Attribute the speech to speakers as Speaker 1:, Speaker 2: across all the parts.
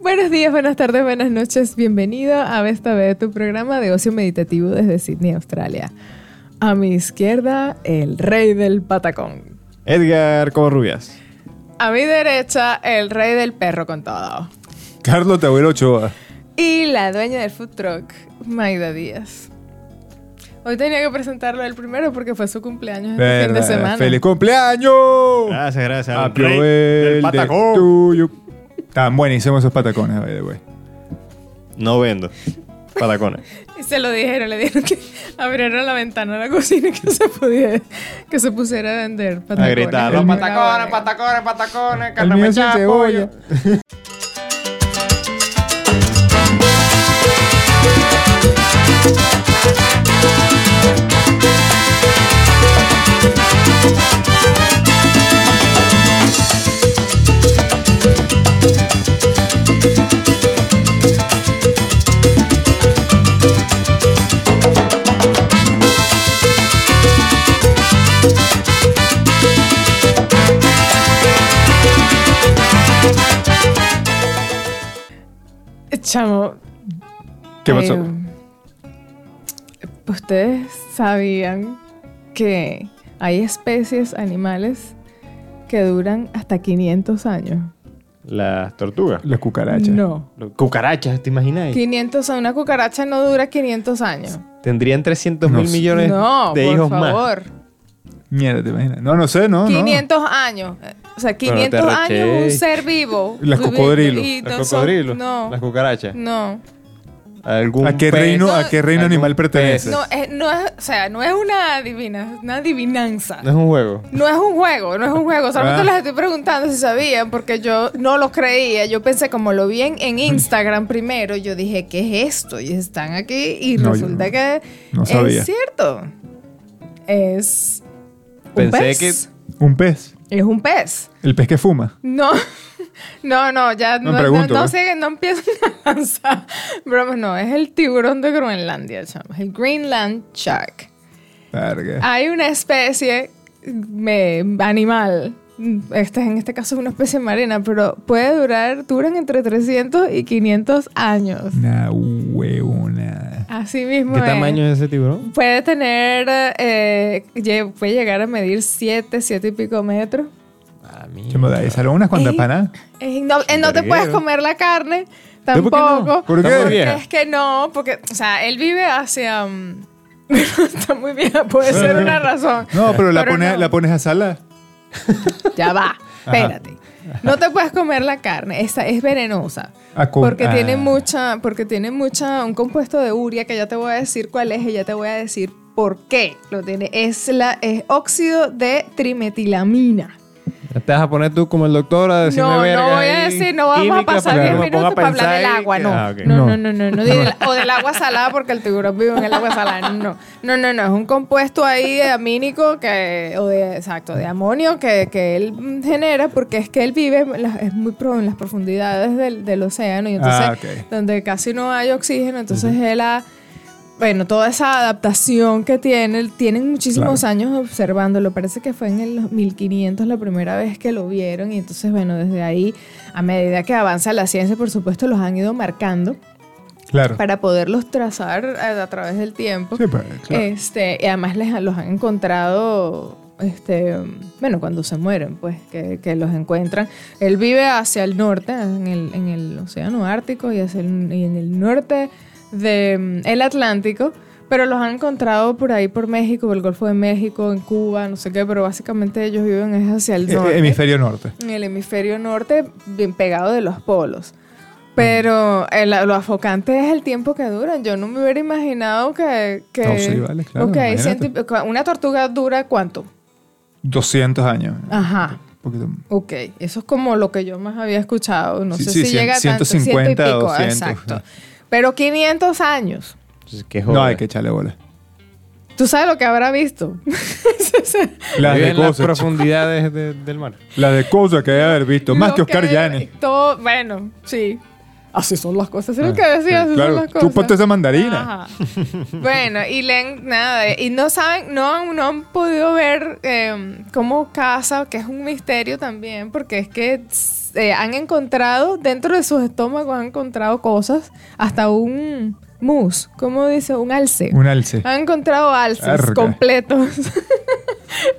Speaker 1: Buenos días, buenas tardes, buenas noches. Bienvenido a Vesta B, tu programa de ocio meditativo desde Sydney, Australia. A mi izquierda, el rey del patacón.
Speaker 2: Edgar Covarrubias.
Speaker 1: A mi derecha, el rey del perro con todo.
Speaker 2: Carlos Tabuelo Ochoa.
Speaker 1: Y la dueña del food truck, Maida Díaz. Hoy tenía que presentarlo el primero porque fue su cumpleaños este fin de
Speaker 2: Verdad.
Speaker 1: semana.
Speaker 2: ¡Feliz cumpleaños!
Speaker 3: Gracias, gracias.
Speaker 2: A
Speaker 3: al rey del
Speaker 2: Pioel de
Speaker 3: patacón.
Speaker 2: tuyo. Tan buenísimos esos patacones, by the way.
Speaker 3: No vendo. Patacones.
Speaker 1: Y se lo dijeron, le dijeron que abrieron la ventana de la cocina y que se pudiera, que se pusiera a vender patacones.
Speaker 3: gritar,
Speaker 1: Era
Speaker 3: "Los
Speaker 1: una vaina.
Speaker 3: patacones, patacones,
Speaker 2: El mío sin
Speaker 3: mechada,
Speaker 2: cebolla.
Speaker 3: pollo".
Speaker 1: Chamo.
Speaker 2: ¿Qué
Speaker 1: eh,
Speaker 2: pasó?
Speaker 1: Ustedes sabían que hay especies animales que duran hasta 500 años.
Speaker 3: Las tortugas.
Speaker 2: Las cucarachas.
Speaker 1: No.
Speaker 3: Los Cucarachas, ¿te imaginas?
Speaker 1: 500, a- una cucaracha no dura 500 años.
Speaker 3: Tendrían 300 mil
Speaker 2: No sé.
Speaker 3: millones
Speaker 1: No,
Speaker 3: de
Speaker 1: por
Speaker 3: hijos más.
Speaker 1: favor.
Speaker 2: Mierda, te imaginas. No, no sé, no. no.
Speaker 1: 500 años. O sea,
Speaker 3: Pero no te
Speaker 1: 500 años un
Speaker 3: arreches.
Speaker 1: ser vivo.
Speaker 2: Las
Speaker 1: Vivi-
Speaker 2: cocodrilos,
Speaker 1: y no
Speaker 3: Los
Speaker 1: son-
Speaker 3: cocodrilos.
Speaker 1: No,
Speaker 3: Las cucarachas.
Speaker 1: no.
Speaker 3: ¿Algún
Speaker 2: ¿A qué
Speaker 3: pez?
Speaker 2: reino, ¿a qué reino
Speaker 3: Algún
Speaker 2: animal
Speaker 3: pez.
Speaker 2: pertenece?
Speaker 1: No, es, no es, o sea, no es una adivina, una adivinanza.
Speaker 3: No es un juego.
Speaker 1: No es un juego, no es un juego. Solamente
Speaker 2: Ah.
Speaker 1: les estoy preguntando si sabían, porque yo no lo creía. Yo pensé, como lo vi en, en Instagram primero, yo dije, ¿qué es esto? Y están aquí y
Speaker 2: No, yo
Speaker 1: resulta
Speaker 2: no-
Speaker 1: que
Speaker 2: no
Speaker 1: es
Speaker 2: sabía.
Speaker 1: cierto. Es un
Speaker 3: Pensé
Speaker 1: pez.
Speaker 3: que-
Speaker 2: Un pez.
Speaker 1: Es un pez.
Speaker 2: El pez que fuma.
Speaker 1: No, no, no, ya
Speaker 2: No
Speaker 1: no, no,
Speaker 2: pregunto,
Speaker 1: no
Speaker 2: ¿eh?
Speaker 1: sé, no empiezan a lanzar bromas. No, es el tiburón de Groenlandia, chamo. El Greenland Shark.
Speaker 2: Verga.
Speaker 1: Hay una especie me- animal, esta en este caso es una especie marina, pero puede durar, duran entre 300 y 500 años.
Speaker 2: Una huevona.
Speaker 1: Así mismo
Speaker 3: ¿Qué
Speaker 1: es.
Speaker 3: tamaño es ese tiburón?
Speaker 1: Puede tener, eh, lle- puede llegar a medir 7, 7 y pico metros.
Speaker 3: A
Speaker 2: Yo me da esa, unas cuantas
Speaker 1: Ey.
Speaker 2: panadas.
Speaker 1: Es igno- eh, no te
Speaker 3: Verguero.
Speaker 1: puedes comer la carne
Speaker 2: ¿Pero por qué no?
Speaker 1: tampoco.
Speaker 2: ¿Por
Speaker 3: Está muy
Speaker 2: qué?
Speaker 3: vieja.
Speaker 1: Es que no, porque, o sea, él vive hacia... mm, está muy vieja, puede ser una razón.
Speaker 2: No, pero la,
Speaker 1: Pero
Speaker 2: pones,
Speaker 1: no.
Speaker 2: la pones a salar.
Speaker 1: Ya va, espérate. No te puedes comer la carne, esa es venenosa.
Speaker 2: A con-
Speaker 1: Porque tiene
Speaker 2: ah.
Speaker 1: mucha, porque tiene mucha, un compuesto de uria que ya te voy a decir cuál es y ya te voy a decir por qué lo tiene. Es la, es óxido de trimetilamina.
Speaker 3: Te vas a poner tú como el doctor a decirme
Speaker 1: no,
Speaker 3: verga
Speaker 1: no voy a
Speaker 3: ahí,
Speaker 1: decir, no vamos a
Speaker 3: química,
Speaker 1: pasar
Speaker 3: para que
Speaker 1: 10
Speaker 3: no me ponga
Speaker 1: minutos
Speaker 3: a
Speaker 1: para hablar
Speaker 3: pensar
Speaker 1: del
Speaker 3: y-
Speaker 1: agua, no.
Speaker 3: Ah, ok.
Speaker 1: No, no,
Speaker 2: No.
Speaker 1: no, no, no, ni del- o del agua salada porque el tiburón vive en el agua salada, no. No, no, no, es un compuesto ahí de amínico que, o de, exacto, de amonio que, que él mm, genera porque es que él vive, en las- es muy pro en las profundidades del, del océano y entonces
Speaker 2: Ah, ok.
Speaker 1: donde casi no hay oxígeno, entonces él ha... Bueno, toda esa adaptación que tiene, tienen muchísimos
Speaker 2: Claro.
Speaker 1: años observándolo. Parece que fue en el 1500 la primera vez que lo vieron y entonces, bueno, desde ahí, a medida que avanza la ciencia, por supuesto, los han ido marcando
Speaker 2: Claro.
Speaker 1: para poderlos trazar a, a través del tiempo.
Speaker 2: Sí, pues, claro.
Speaker 1: Este, y además les, los han encontrado, este, bueno, cuando se mueren, pues, que, que los encuentran. Él vive hacia el norte, en el, en el Océano Ártico y, hacia el- y en el norte del Atlántico, pero los han encontrado por ahí, por México, por el Golfo de México, en Cuba, no sé qué, pero básicamente ellos viven es hacia el
Speaker 2: Eh,
Speaker 1: norte
Speaker 2: hemisferio norte.
Speaker 1: en el hemisferio norte, bien pegado de los polos. Pero el- lo afocante es el tiempo que duran. Yo no me hubiera imaginado que... que
Speaker 2: No, sí, vale, claro,
Speaker 1: ok,
Speaker 2: imagínate.
Speaker 1: ciento y- cu- una tortuga dura cuánto.
Speaker 2: 200 años.
Speaker 1: Ajá.
Speaker 2: Un poquito.
Speaker 1: Ok, eso es como lo que yo más había escuchado. No
Speaker 2: Sí,
Speaker 1: sé
Speaker 2: sí,
Speaker 1: si
Speaker 2: cien-
Speaker 1: llega a tanto, ciento y
Speaker 2: 150 o
Speaker 1: pico,
Speaker 2: 200,
Speaker 1: exacto.
Speaker 2: ajá.
Speaker 1: Pero 500 años.
Speaker 3: Entonces, qué
Speaker 2: No hay
Speaker 3: joder.
Speaker 2: que echarle bola.
Speaker 1: ¿Tú sabes lo que habrá visto?
Speaker 2: Las
Speaker 3: Vive
Speaker 2: de
Speaker 3: en las
Speaker 2: cosas.
Speaker 3: profundidades de- del mar.
Speaker 2: La de cosas que debe haber visto. Más
Speaker 1: Lo
Speaker 2: que Oscar
Speaker 1: debe-
Speaker 2: Llanes.
Speaker 1: Todo, bueno, sí. Así son las cosas, es lo que decía, así son
Speaker 2: Ah, eh, Claro,
Speaker 1: las cosas. Ah.
Speaker 2: chúpate esa mandarina.
Speaker 1: Ajá. Bueno, y le han- nada, y no saben, no, han- no han podido ver eh, cómo casa, que es un misterio también, porque es que tss, eh, han encontrado, dentro de sus estómagos han encontrado cosas, hasta un mousse, ¿cómo dice? Un alce.
Speaker 2: Un alce.
Speaker 1: Han encontrado alces
Speaker 2: Arca.
Speaker 1: completos.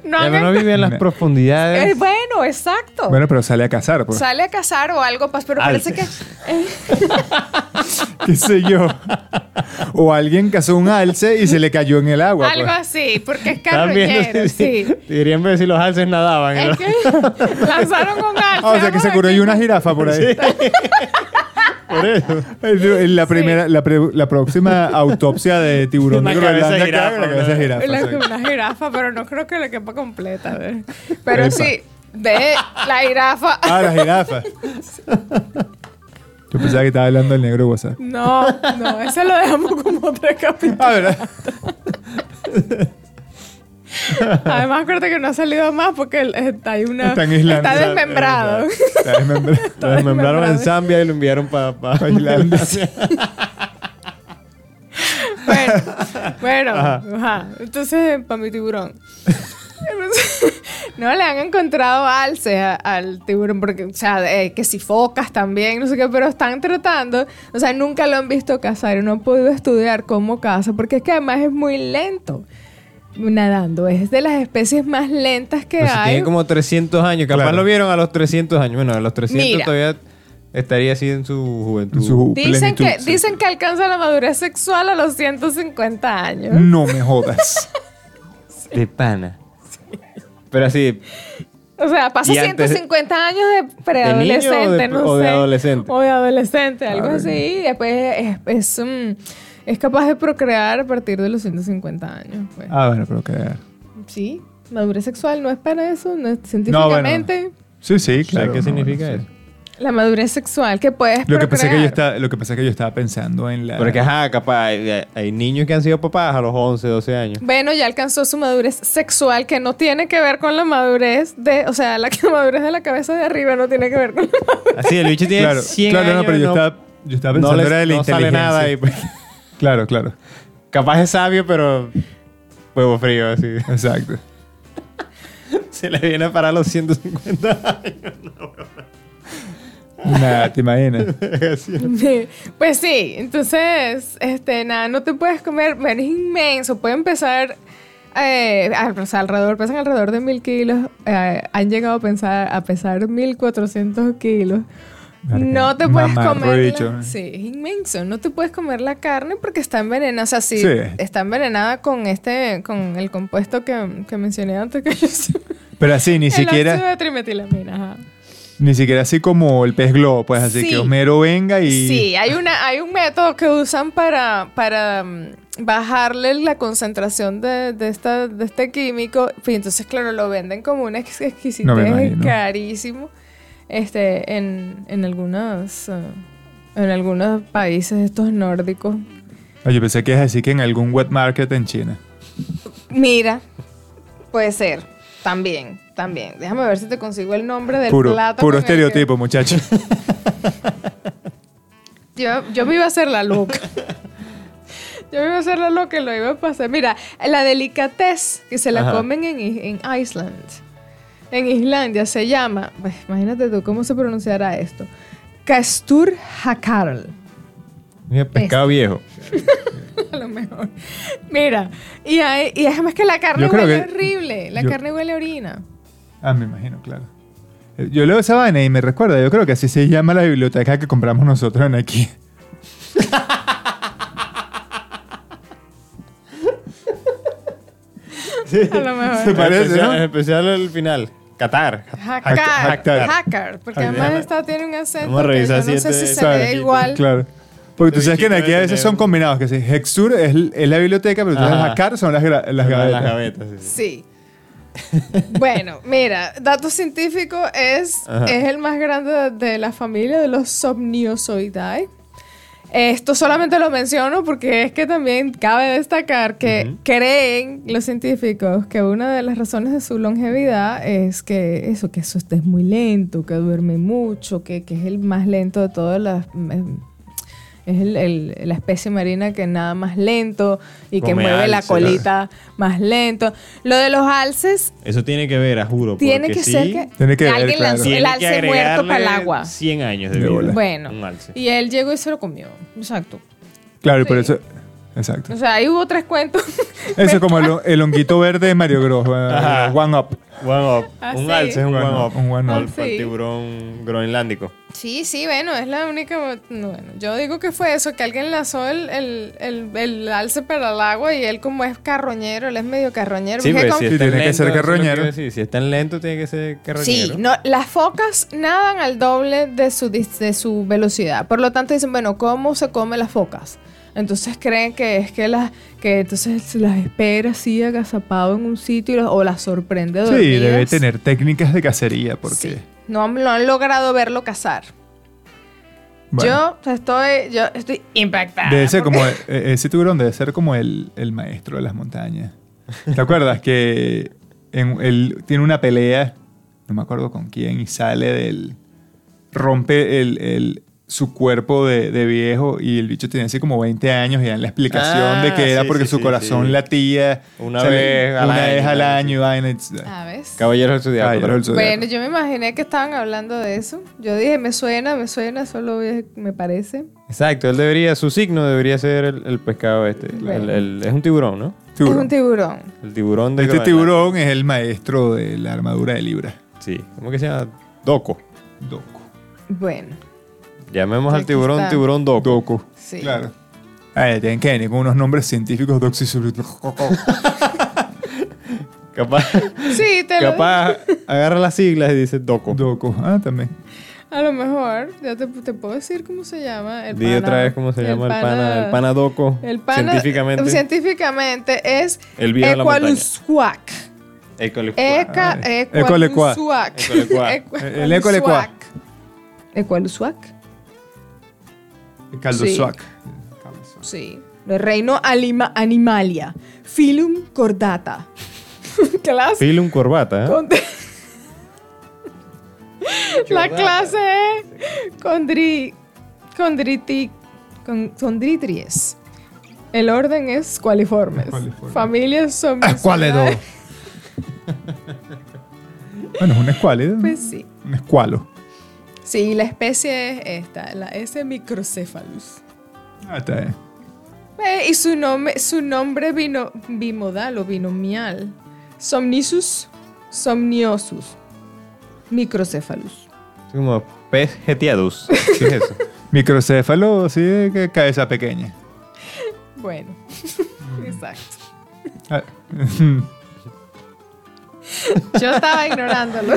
Speaker 1: no
Speaker 3: Ya,
Speaker 1: han
Speaker 3: pero no vive en las
Speaker 2: No.
Speaker 3: profundidades.
Speaker 1: eh, bueno, exacto.
Speaker 2: Bueno, pero sale a cazar, pues.
Speaker 1: Sale a cazar o algo, pas- pero parece que...
Speaker 3: Alces.
Speaker 2: ¿Qué sé yo? O alguien cazó un alce y se le cayó en el agua.
Speaker 1: Algo
Speaker 2: pues.
Speaker 1: así, porque es
Speaker 3: También.
Speaker 1: carroñero, sí.
Speaker 3: Dirían ver si los alces nadaban. ¿no?
Speaker 1: Es que lanzaron un alce.
Speaker 2: Ah, o sea que
Speaker 1: vamos
Speaker 2: seguro
Speaker 1: aquí.
Speaker 2: hay una jirafa por ahí.
Speaker 3: Por eso.
Speaker 2: El- La, primera, la, pre- la próxima autopsia de tiburón
Speaker 3: Una
Speaker 2: de Groenlandia,
Speaker 3: cabeza de
Speaker 2: claro,
Speaker 3: jirafa,
Speaker 2: la cabeza de
Speaker 1: Una-
Speaker 2: jirafa, sí.
Speaker 1: una jirafa, pero no creo que le quepa completa. a ver. Pero
Speaker 2: Epa.
Speaker 1: sí, ve la jirafa.
Speaker 2: Ah, la jirafa. Yo pensaba que estaba hablando el negro WhatsApp.
Speaker 1: No, no, ese lo dejamos como tres capítulos.
Speaker 2: Ah, ¿verdad?
Speaker 1: Además, acuérdate que no ha salido más porque el- está, hay una,
Speaker 2: Está en Islandia.
Speaker 1: está desmembrado.
Speaker 2: Está desmembrado.
Speaker 3: Lo desmembraron en
Speaker 1: desmembrado.
Speaker 3: Zambia y lo enviaron para
Speaker 2: Islandia.
Speaker 1: Bueno, bueno, ajá. entonces para mi tiburón. Entonces, no le han encontrado alces a- al tiburón, porque, o sea, eh, que si focas también, no sé qué, pero están tratando, o sea, nunca lo han visto cazar y no han podido estudiar cómo caza, porque es que además es muy lento nadando, es de las especies más lentas que
Speaker 3: Pues si
Speaker 1: hay.
Speaker 3: tiene como 300 años. Capaz
Speaker 2: Claro.
Speaker 3: lo vieron a los 300 años. Bueno, a los 300
Speaker 1: Mira.
Speaker 3: todavía estaría así en su juventud.
Speaker 2: En su
Speaker 1: Dicen,
Speaker 2: plenitud,
Speaker 1: que,
Speaker 2: sí.
Speaker 1: dicen que alcanza la madurez sexual a los 150 años.
Speaker 2: No me jodas.
Speaker 3: De pana. Pero así,
Speaker 1: O sea, pasa
Speaker 3: Y antes-
Speaker 1: 150 años de
Speaker 3: ¿De niño o
Speaker 1: preadolescente,
Speaker 3: de-
Speaker 1: no
Speaker 3: o
Speaker 1: sé.
Speaker 3: de adolescente?
Speaker 1: O de adolescente, algo
Speaker 2: Claro.
Speaker 1: así. Y después es, es, mm, es capaz de procrear a partir de los 150 años. pues.
Speaker 2: Ah, bueno, pero que...
Speaker 1: Sí, madurez sexual no es para eso, no es-
Speaker 2: No, bueno.
Speaker 1: científicamente.
Speaker 2: Sí, sí,
Speaker 3: o sea,
Speaker 2: claro.
Speaker 3: ¿qué
Speaker 2: no,
Speaker 3: significa
Speaker 2: bueno, sí.
Speaker 3: eso?
Speaker 1: La madurez sexual que puedes
Speaker 2: Lo que, pasa es que yo
Speaker 1: procrear.
Speaker 2: estaba, lo que pasa es que yo estaba pensando en la...
Speaker 3: Porque, ajá, capaz, hay, hay niños que han sido papás a los 11, 12 años.
Speaker 1: Bueno, ya alcanzó su madurez sexual que no tiene que ver con la madurez de, o sea, la que- madurez de la cabeza de arriba no tiene que ver con la
Speaker 3: Así, el bicho tiene
Speaker 2: claro,
Speaker 3: 100
Speaker 2: claro,
Speaker 3: años.
Speaker 2: no, pero yo, Estaba, yo estaba pensando
Speaker 3: no le-
Speaker 2: era de la
Speaker 3: no sale
Speaker 2: inteligencia.
Speaker 3: nada y pues,
Speaker 2: Claro, claro.
Speaker 3: capaz es sabio, pero huevo frío, así.
Speaker 2: Exacto.
Speaker 3: Se le viene a parar los 150
Speaker 2: Nada, te imaginas.
Speaker 3: años.
Speaker 1: Sí, Pues sí, entonces, este, nada, no te puedes comer, bueno, es inmenso, pueden pesar, eh, al- o sea, alrededor, pesan alrededor de mil kilos, eh, han llegado a, pensar, a pesar 1400 kilos.
Speaker 2: Verga,
Speaker 1: No te puedes
Speaker 2: mamarro
Speaker 1: comer. la-
Speaker 2: bicho.
Speaker 1: sí, es inmenso. No te puedes comer la carne porque está envenenada. O sea, sí,
Speaker 2: Sí.
Speaker 1: está envenenada con este, con el compuesto que, que mencioné antes que yo
Speaker 2: Pero así, ni
Speaker 1: El óxido
Speaker 2: siquiera,
Speaker 1: de trimetilamina, ajá.
Speaker 2: ni siquiera así como el pez globo, pues así
Speaker 1: Sí.
Speaker 2: que Homero venga y...
Speaker 1: Sí, hay, una, hay un método que usan para, para mm, bajarle la concentración de, de esta, de este químico. Y entonces, claro, lo venden como una ex- exquisitez
Speaker 2: No me imagino.
Speaker 1: carísimo este, en, en, algunas, eh, en algunos países estos nórdicos.
Speaker 2: Oye, Ah, pensé que es así que en algún wet market en China.
Speaker 1: Mira, puede ser. También, también. Déjame ver si te consigo el nombre del
Speaker 2: Puro,
Speaker 1: plato.
Speaker 2: puro
Speaker 1: con el que-
Speaker 2: estereotipo, muchacho.
Speaker 1: Yo, yo me iba a hacer la loca. Yo me iba a hacer la loca y lo iba a pasar. Mira, la delicatez que se la
Speaker 3: Ajá.
Speaker 1: comen en, I- en Iceland. En Islandia se llama, pues, imagínate tú cómo se pronunciará esto. Castur Hakarl.
Speaker 3: Mira, pescado viejo.
Speaker 1: A lo mejor. Mira, y, hay- y además que la carne
Speaker 2: Yo creo
Speaker 1: huele
Speaker 2: que-
Speaker 1: horrible. La
Speaker 2: yo-
Speaker 1: carne huele a orina.
Speaker 2: Ah, me imagino, claro. Eh, Yo leo esa vaina y me recuerda, yo creo que así se llama la biblioteca que compramos nosotros en aquí.
Speaker 1: A lo
Speaker 2: Se
Speaker 1: mejor.
Speaker 2: parece,
Speaker 3: especial,
Speaker 2: ¿no?
Speaker 3: En especial el final. Qatar.
Speaker 1: Hakarl.
Speaker 2: Hakarl.
Speaker 1: Hakarl. Porque
Speaker 3: Hakarl.
Speaker 1: además está, tiene un acento.
Speaker 3: Vamos a
Speaker 1: que yo
Speaker 3: revisar
Speaker 1: no
Speaker 3: si
Speaker 1: sé
Speaker 3: este-
Speaker 1: si se
Speaker 2: ¿Sabes?
Speaker 1: ve igual.
Speaker 2: Claro. Porque tú
Speaker 3: Este
Speaker 2: sabes que en
Speaker 3: bichito
Speaker 2: aquí
Speaker 3: debe
Speaker 2: a veces
Speaker 3: tener-
Speaker 2: son combinados, que sí, Hexur es, es la biblioteca, pero entonces
Speaker 3: Ajá.
Speaker 2: Hackar son las, gra- las
Speaker 3: Son
Speaker 2: gavetas.
Speaker 3: Las gavetas, sí, sí.
Speaker 1: Sí. bueno, mira, dato científico es,
Speaker 3: Ajá.
Speaker 1: es el más grande de, de la familia de los Somniosoidae. Esto solamente lo menciono porque es que también cabe destacar que creen los científicos que una de las razones de su longevidad es que eso, que eso es muy lento, que duerme mucho, que, que es el más lento de todas las mm, Es el- el- la especie marina que nada más lento y que
Speaker 3: Come
Speaker 1: mueve la
Speaker 3: alces.
Speaker 1: colita más lento. Lo de los alces
Speaker 3: Eso tiene que ver, a juro.
Speaker 1: tiene
Speaker 3: porque
Speaker 1: que
Speaker 3: sí,
Speaker 1: ser que,
Speaker 2: Tiene que ver,
Speaker 1: alguien
Speaker 2: claro.
Speaker 1: lanzó
Speaker 3: tiene
Speaker 1: el
Speaker 3: que
Speaker 1: alce muerto
Speaker 3: agregarle
Speaker 1: para el agua.
Speaker 3: 100 años de,
Speaker 2: De
Speaker 3: vida.
Speaker 2: bola.
Speaker 1: Bueno,
Speaker 3: Un alce.
Speaker 1: y él llegó y se lo comió. Exacto.
Speaker 2: Claro, y por
Speaker 1: Sí.
Speaker 2: eso. Exacto.
Speaker 1: O sea, ahí hubo tres cuentos.
Speaker 2: Eso es como el, el honguito verde de Mario Bros.
Speaker 3: Ajá.
Speaker 2: eh, One Up.
Speaker 3: One up.
Speaker 1: Ah,
Speaker 3: un
Speaker 1: sí.
Speaker 3: alce es un
Speaker 2: One
Speaker 3: one
Speaker 2: up,
Speaker 3: up.
Speaker 2: un one
Speaker 1: up.
Speaker 3: Al- para el
Speaker 1: Sí.
Speaker 3: tiburón groenlándico.
Speaker 1: Sí, sí, bueno, es la única. no, Bueno, yo digo que fue eso, que alguien lanzó el, el, el, el alce para el agua y él, como es carroñero, él es medio carroñero.
Speaker 3: Sí,
Speaker 1: Dije,
Speaker 3: pero
Speaker 1: ¿cómo?
Speaker 3: si
Speaker 2: Sí,
Speaker 3: es tan
Speaker 2: tiene que
Speaker 3: lento,
Speaker 2: ser
Speaker 3: eso es lo
Speaker 2: carroñero.
Speaker 3: que iba a decir. Si es tan lento, tiene que ser
Speaker 1: Sí,
Speaker 3: carroñero.
Speaker 1: no, las focas nadan al doble de su, dis- de su velocidad. Por lo tanto, dicen, bueno, ¿cómo se come las focas? Entonces creen que es que las que entonces se las espera así agazapado en un sitio y las- o las sorprende
Speaker 2: Sí,
Speaker 1: dormidas.
Speaker 2: debe tener técnicas de cacería porque.
Speaker 1: Sí. No, han- no han logrado verlo cazar.
Speaker 2: bueno,
Speaker 1: Yo estoy yo estoy impactada.
Speaker 2: debe ser
Speaker 1: porque-
Speaker 2: como e- ese tiburón debe ser como el, el maestro de las montañas. ¿Te acuerdas que en- él tiene una pelea, no me acuerdo con quién, y sale del rompe el, el- su cuerpo de, de viejo y el bicho tenía así como 20 años y dan la explicación
Speaker 3: Ah,
Speaker 2: de que era
Speaker 3: sí,
Speaker 2: porque
Speaker 3: sí,
Speaker 2: su
Speaker 3: sí,
Speaker 2: corazón
Speaker 3: sí.
Speaker 2: latía
Speaker 3: Una
Speaker 2: sale-
Speaker 3: vez al
Speaker 2: una
Speaker 3: año,
Speaker 2: vez al
Speaker 3: claro,
Speaker 2: año y vaina, it's-
Speaker 1: Ah, ¿ves?
Speaker 3: Caballero estudiado.
Speaker 2: Caballero del Zodiaco.
Speaker 1: Bueno, yo me imaginé que estaban hablando de eso. Yo dije, me suena, me suena, solo es- me parece.
Speaker 3: Exacto, él debería, su signo debería ser el, el pescado este. El-
Speaker 1: Bueno.
Speaker 3: el- es un tiburón, ¿no?
Speaker 1: Es un
Speaker 2: Tiburón.
Speaker 1: tiburón.
Speaker 3: El tiburón de
Speaker 2: Este
Speaker 3: Groenlandia.
Speaker 2: tiburón es el maestro de la armadura de Libra.
Speaker 3: Sí, ¿cómo que se llama? Doco.
Speaker 2: Doco.
Speaker 1: Bueno,
Speaker 3: Llamemos al
Speaker 1: Aquí
Speaker 3: tiburón
Speaker 1: está.
Speaker 3: tiburón Doco.
Speaker 2: Doco.
Speaker 1: sí.
Speaker 2: Claro. Ah, ya tienen que venir con unos nombres científicos doxisublit.
Speaker 3: Capaz,
Speaker 1: Sí, te lo
Speaker 3: capaz agarra las siglas y dice Doco.
Speaker 2: Doco. Ah, también.
Speaker 1: A lo mejor, ya te, te puedo decir cómo se llama. El
Speaker 3: Di
Speaker 1: pana-
Speaker 3: otra vez cómo se llama el pana, el pana Doco.
Speaker 1: el pana-
Speaker 3: científicamente.
Speaker 1: científicamente es
Speaker 3: El viejo de la montaña.
Speaker 1: Equalusquac.
Speaker 3: Ecolecuac.
Speaker 1: Eca,
Speaker 2: Ay.
Speaker 1: Equalusquac.
Speaker 3: Ecolecuac.
Speaker 2: El Ecolecuac.
Speaker 1: Equalusquac.
Speaker 2: Caldo
Speaker 1: Sí.
Speaker 2: Suac.
Speaker 1: Sí. El reino alima- animalia. Filum cordata. clase.
Speaker 3: Filum corbata. ¿eh?
Speaker 1: Conde- La clase es condri, condriti, con- condritries. El orden es cualiformes.
Speaker 2: Cualiformes. Ah,
Speaker 1: Familias son.
Speaker 2: Escuálido. bueno, es un escuálido.
Speaker 1: Pues sí.
Speaker 2: Un escualo.
Speaker 1: Sí, la especie es esta, la S. microcephalus.
Speaker 2: Ah, está bien.
Speaker 1: Eh, y su nombre, su nombre vino, bimodal o binomial. Somnisus somniosus. Microcephalus.
Speaker 3: Es como pez getiadus. ¿Qué es eso?
Speaker 2: Microcéfalo, sí, que cabeza pequeña.
Speaker 1: Bueno, exacto.
Speaker 2: Ah,
Speaker 1: Yo estaba ignorándolo.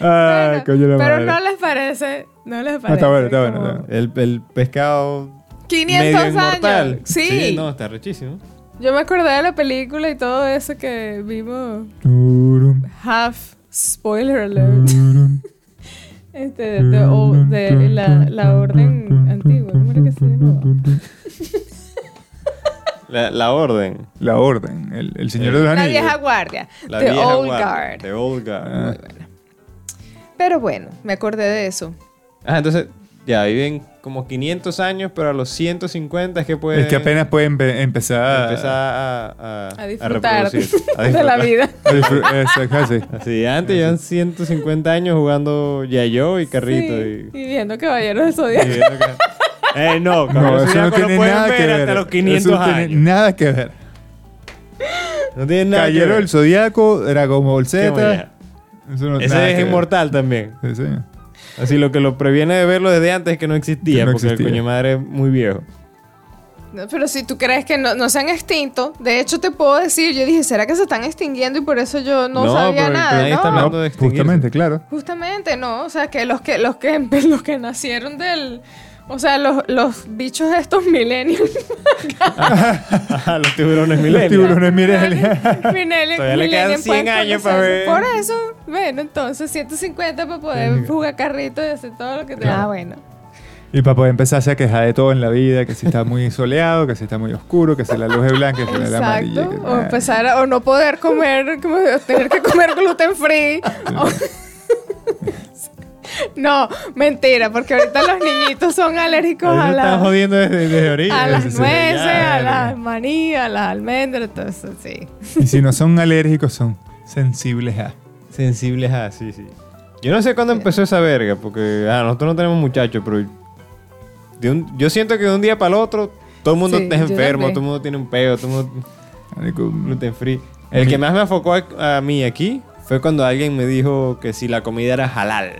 Speaker 2: Ay, coño la
Speaker 1: pero
Speaker 2: madre. Ah,
Speaker 1: no les parece. No les parece.
Speaker 2: está bueno, está bueno,
Speaker 1: como-
Speaker 2: está bueno.
Speaker 3: El, el pescado
Speaker 1: 500
Speaker 3: medio
Speaker 1: años.
Speaker 3: inmortal.
Speaker 1: Sí.
Speaker 3: no, está rechísimo.
Speaker 1: Yo me acordé de la película y todo eso que vimos.
Speaker 2: Turum,
Speaker 1: Half spoiler alert.
Speaker 2: turum.
Speaker 1: Este, de, de- o de la, la orden antigua. ¿Cómo era que se llamaba?
Speaker 3: La, la orden.
Speaker 2: La orden, el, el señor de los
Speaker 1: La
Speaker 2: anillos.
Speaker 1: vieja guardia.
Speaker 3: La
Speaker 1: The
Speaker 3: vieja
Speaker 1: Old
Speaker 3: guardia,
Speaker 1: Guard.
Speaker 3: The Old Guard.
Speaker 2: Ah,
Speaker 1: Pero bueno, me acordé de eso.
Speaker 3: Ah, entonces, ya, viven como 500 años, pero a los 150 es que pueden
Speaker 2: es que apenas pueden empe- empezar a-
Speaker 3: Pues- empezar a, a,
Speaker 1: A
Speaker 3: a
Speaker 1: disfrutar,
Speaker 3: reproducir, a
Speaker 1: de la
Speaker 3: disfrutar.
Speaker 1: vida.
Speaker 2: a disfr- Exacto, así.
Speaker 3: Así, antes llevan 150 años jugando Yayo y Carrito.
Speaker 1: Sí,
Speaker 3: Y,
Speaker 1: y viendo Caballeros del
Speaker 3: y
Speaker 1: Zodiaco.
Speaker 3: viendo que- Eh, no,
Speaker 2: No, eso no tiene nada que ver.
Speaker 3: Hasta los
Speaker 2: Eso
Speaker 3: 500
Speaker 2: no tiene
Speaker 3: años.
Speaker 2: nada que ver.
Speaker 3: No tiene nada que
Speaker 2: Caballero
Speaker 3: ver.
Speaker 2: del Zodíaco, Dragon Ball
Speaker 3: Qué
Speaker 2: Z.
Speaker 3: buena.
Speaker 2: Eso no- nada
Speaker 3: Ese
Speaker 2: que
Speaker 3: es
Speaker 2: ver.
Speaker 3: inmortal también.
Speaker 2: Sí, sí.
Speaker 3: Así lo que lo previene de verlo desde antes es que no existía,
Speaker 2: Que no
Speaker 3: porque
Speaker 2: existía.
Speaker 3: el coño madre es muy viejo.
Speaker 1: No, pero si tú crees que no, no se han extinto, de hecho te puedo decir, yo dije, ¿será que se están extinguiendo? Y por eso yo no,
Speaker 3: No,
Speaker 1: sabía
Speaker 3: pero-
Speaker 1: nada.
Speaker 3: pero ahí
Speaker 1: ¿no?
Speaker 3: está hablando de extinguirse.
Speaker 2: Justamente, claro.
Speaker 1: Justamente, no. O sea, que los que, los que, los que nacieron del. O sea, los, los bichos estos millennials.
Speaker 3: Ajá, los tiburones
Speaker 2: Los
Speaker 3: milenios.
Speaker 2: tiburones, miren.
Speaker 1: millennials
Speaker 3: Todavía le quedan 100 años para ver.
Speaker 1: Por eso, bueno, entonces 150 para poder jugar carrito y hacer todo lo que te. Ah, bueno.
Speaker 2: Y para poder empezarse a quejar de todo en la vida, que si está muy soleado, que si está muy oscuro, que si la luz es blanca, que si la luz es amarilla.
Speaker 1: Exacto.
Speaker 2: que-
Speaker 1: O empezar a- o no poder comer, como tener que comer gluten free. O- No, mentira, porque ahorita los niñitos son alérgicos
Speaker 3: Ahí
Speaker 1: a
Speaker 3: nos están
Speaker 1: las,
Speaker 3: jodiendo desde, desde ahorita.
Speaker 1: a las
Speaker 3: desde-
Speaker 1: nueces,
Speaker 3: ya,
Speaker 1: a las
Speaker 3: verga.
Speaker 1: maní, a las almendras, entonces sí.
Speaker 2: Y si no son alérgicos, son sensibles a.
Speaker 3: Sensibles a, sí, sí. Yo no sé cuándo empezó esa verga, porque ah, nosotros no tenemos muchachos, pero de un- yo siento que de un día para el otro todo el mundo
Speaker 1: Sí,
Speaker 3: está
Speaker 1: yo
Speaker 3: enfermo,
Speaker 1: también.
Speaker 3: todo el mundo tiene un peo, todo el mundo
Speaker 2: Marico,
Speaker 3: gluten free. El que más me afocó a, a mí aquí fue cuando alguien me dijo que si la comida era halal.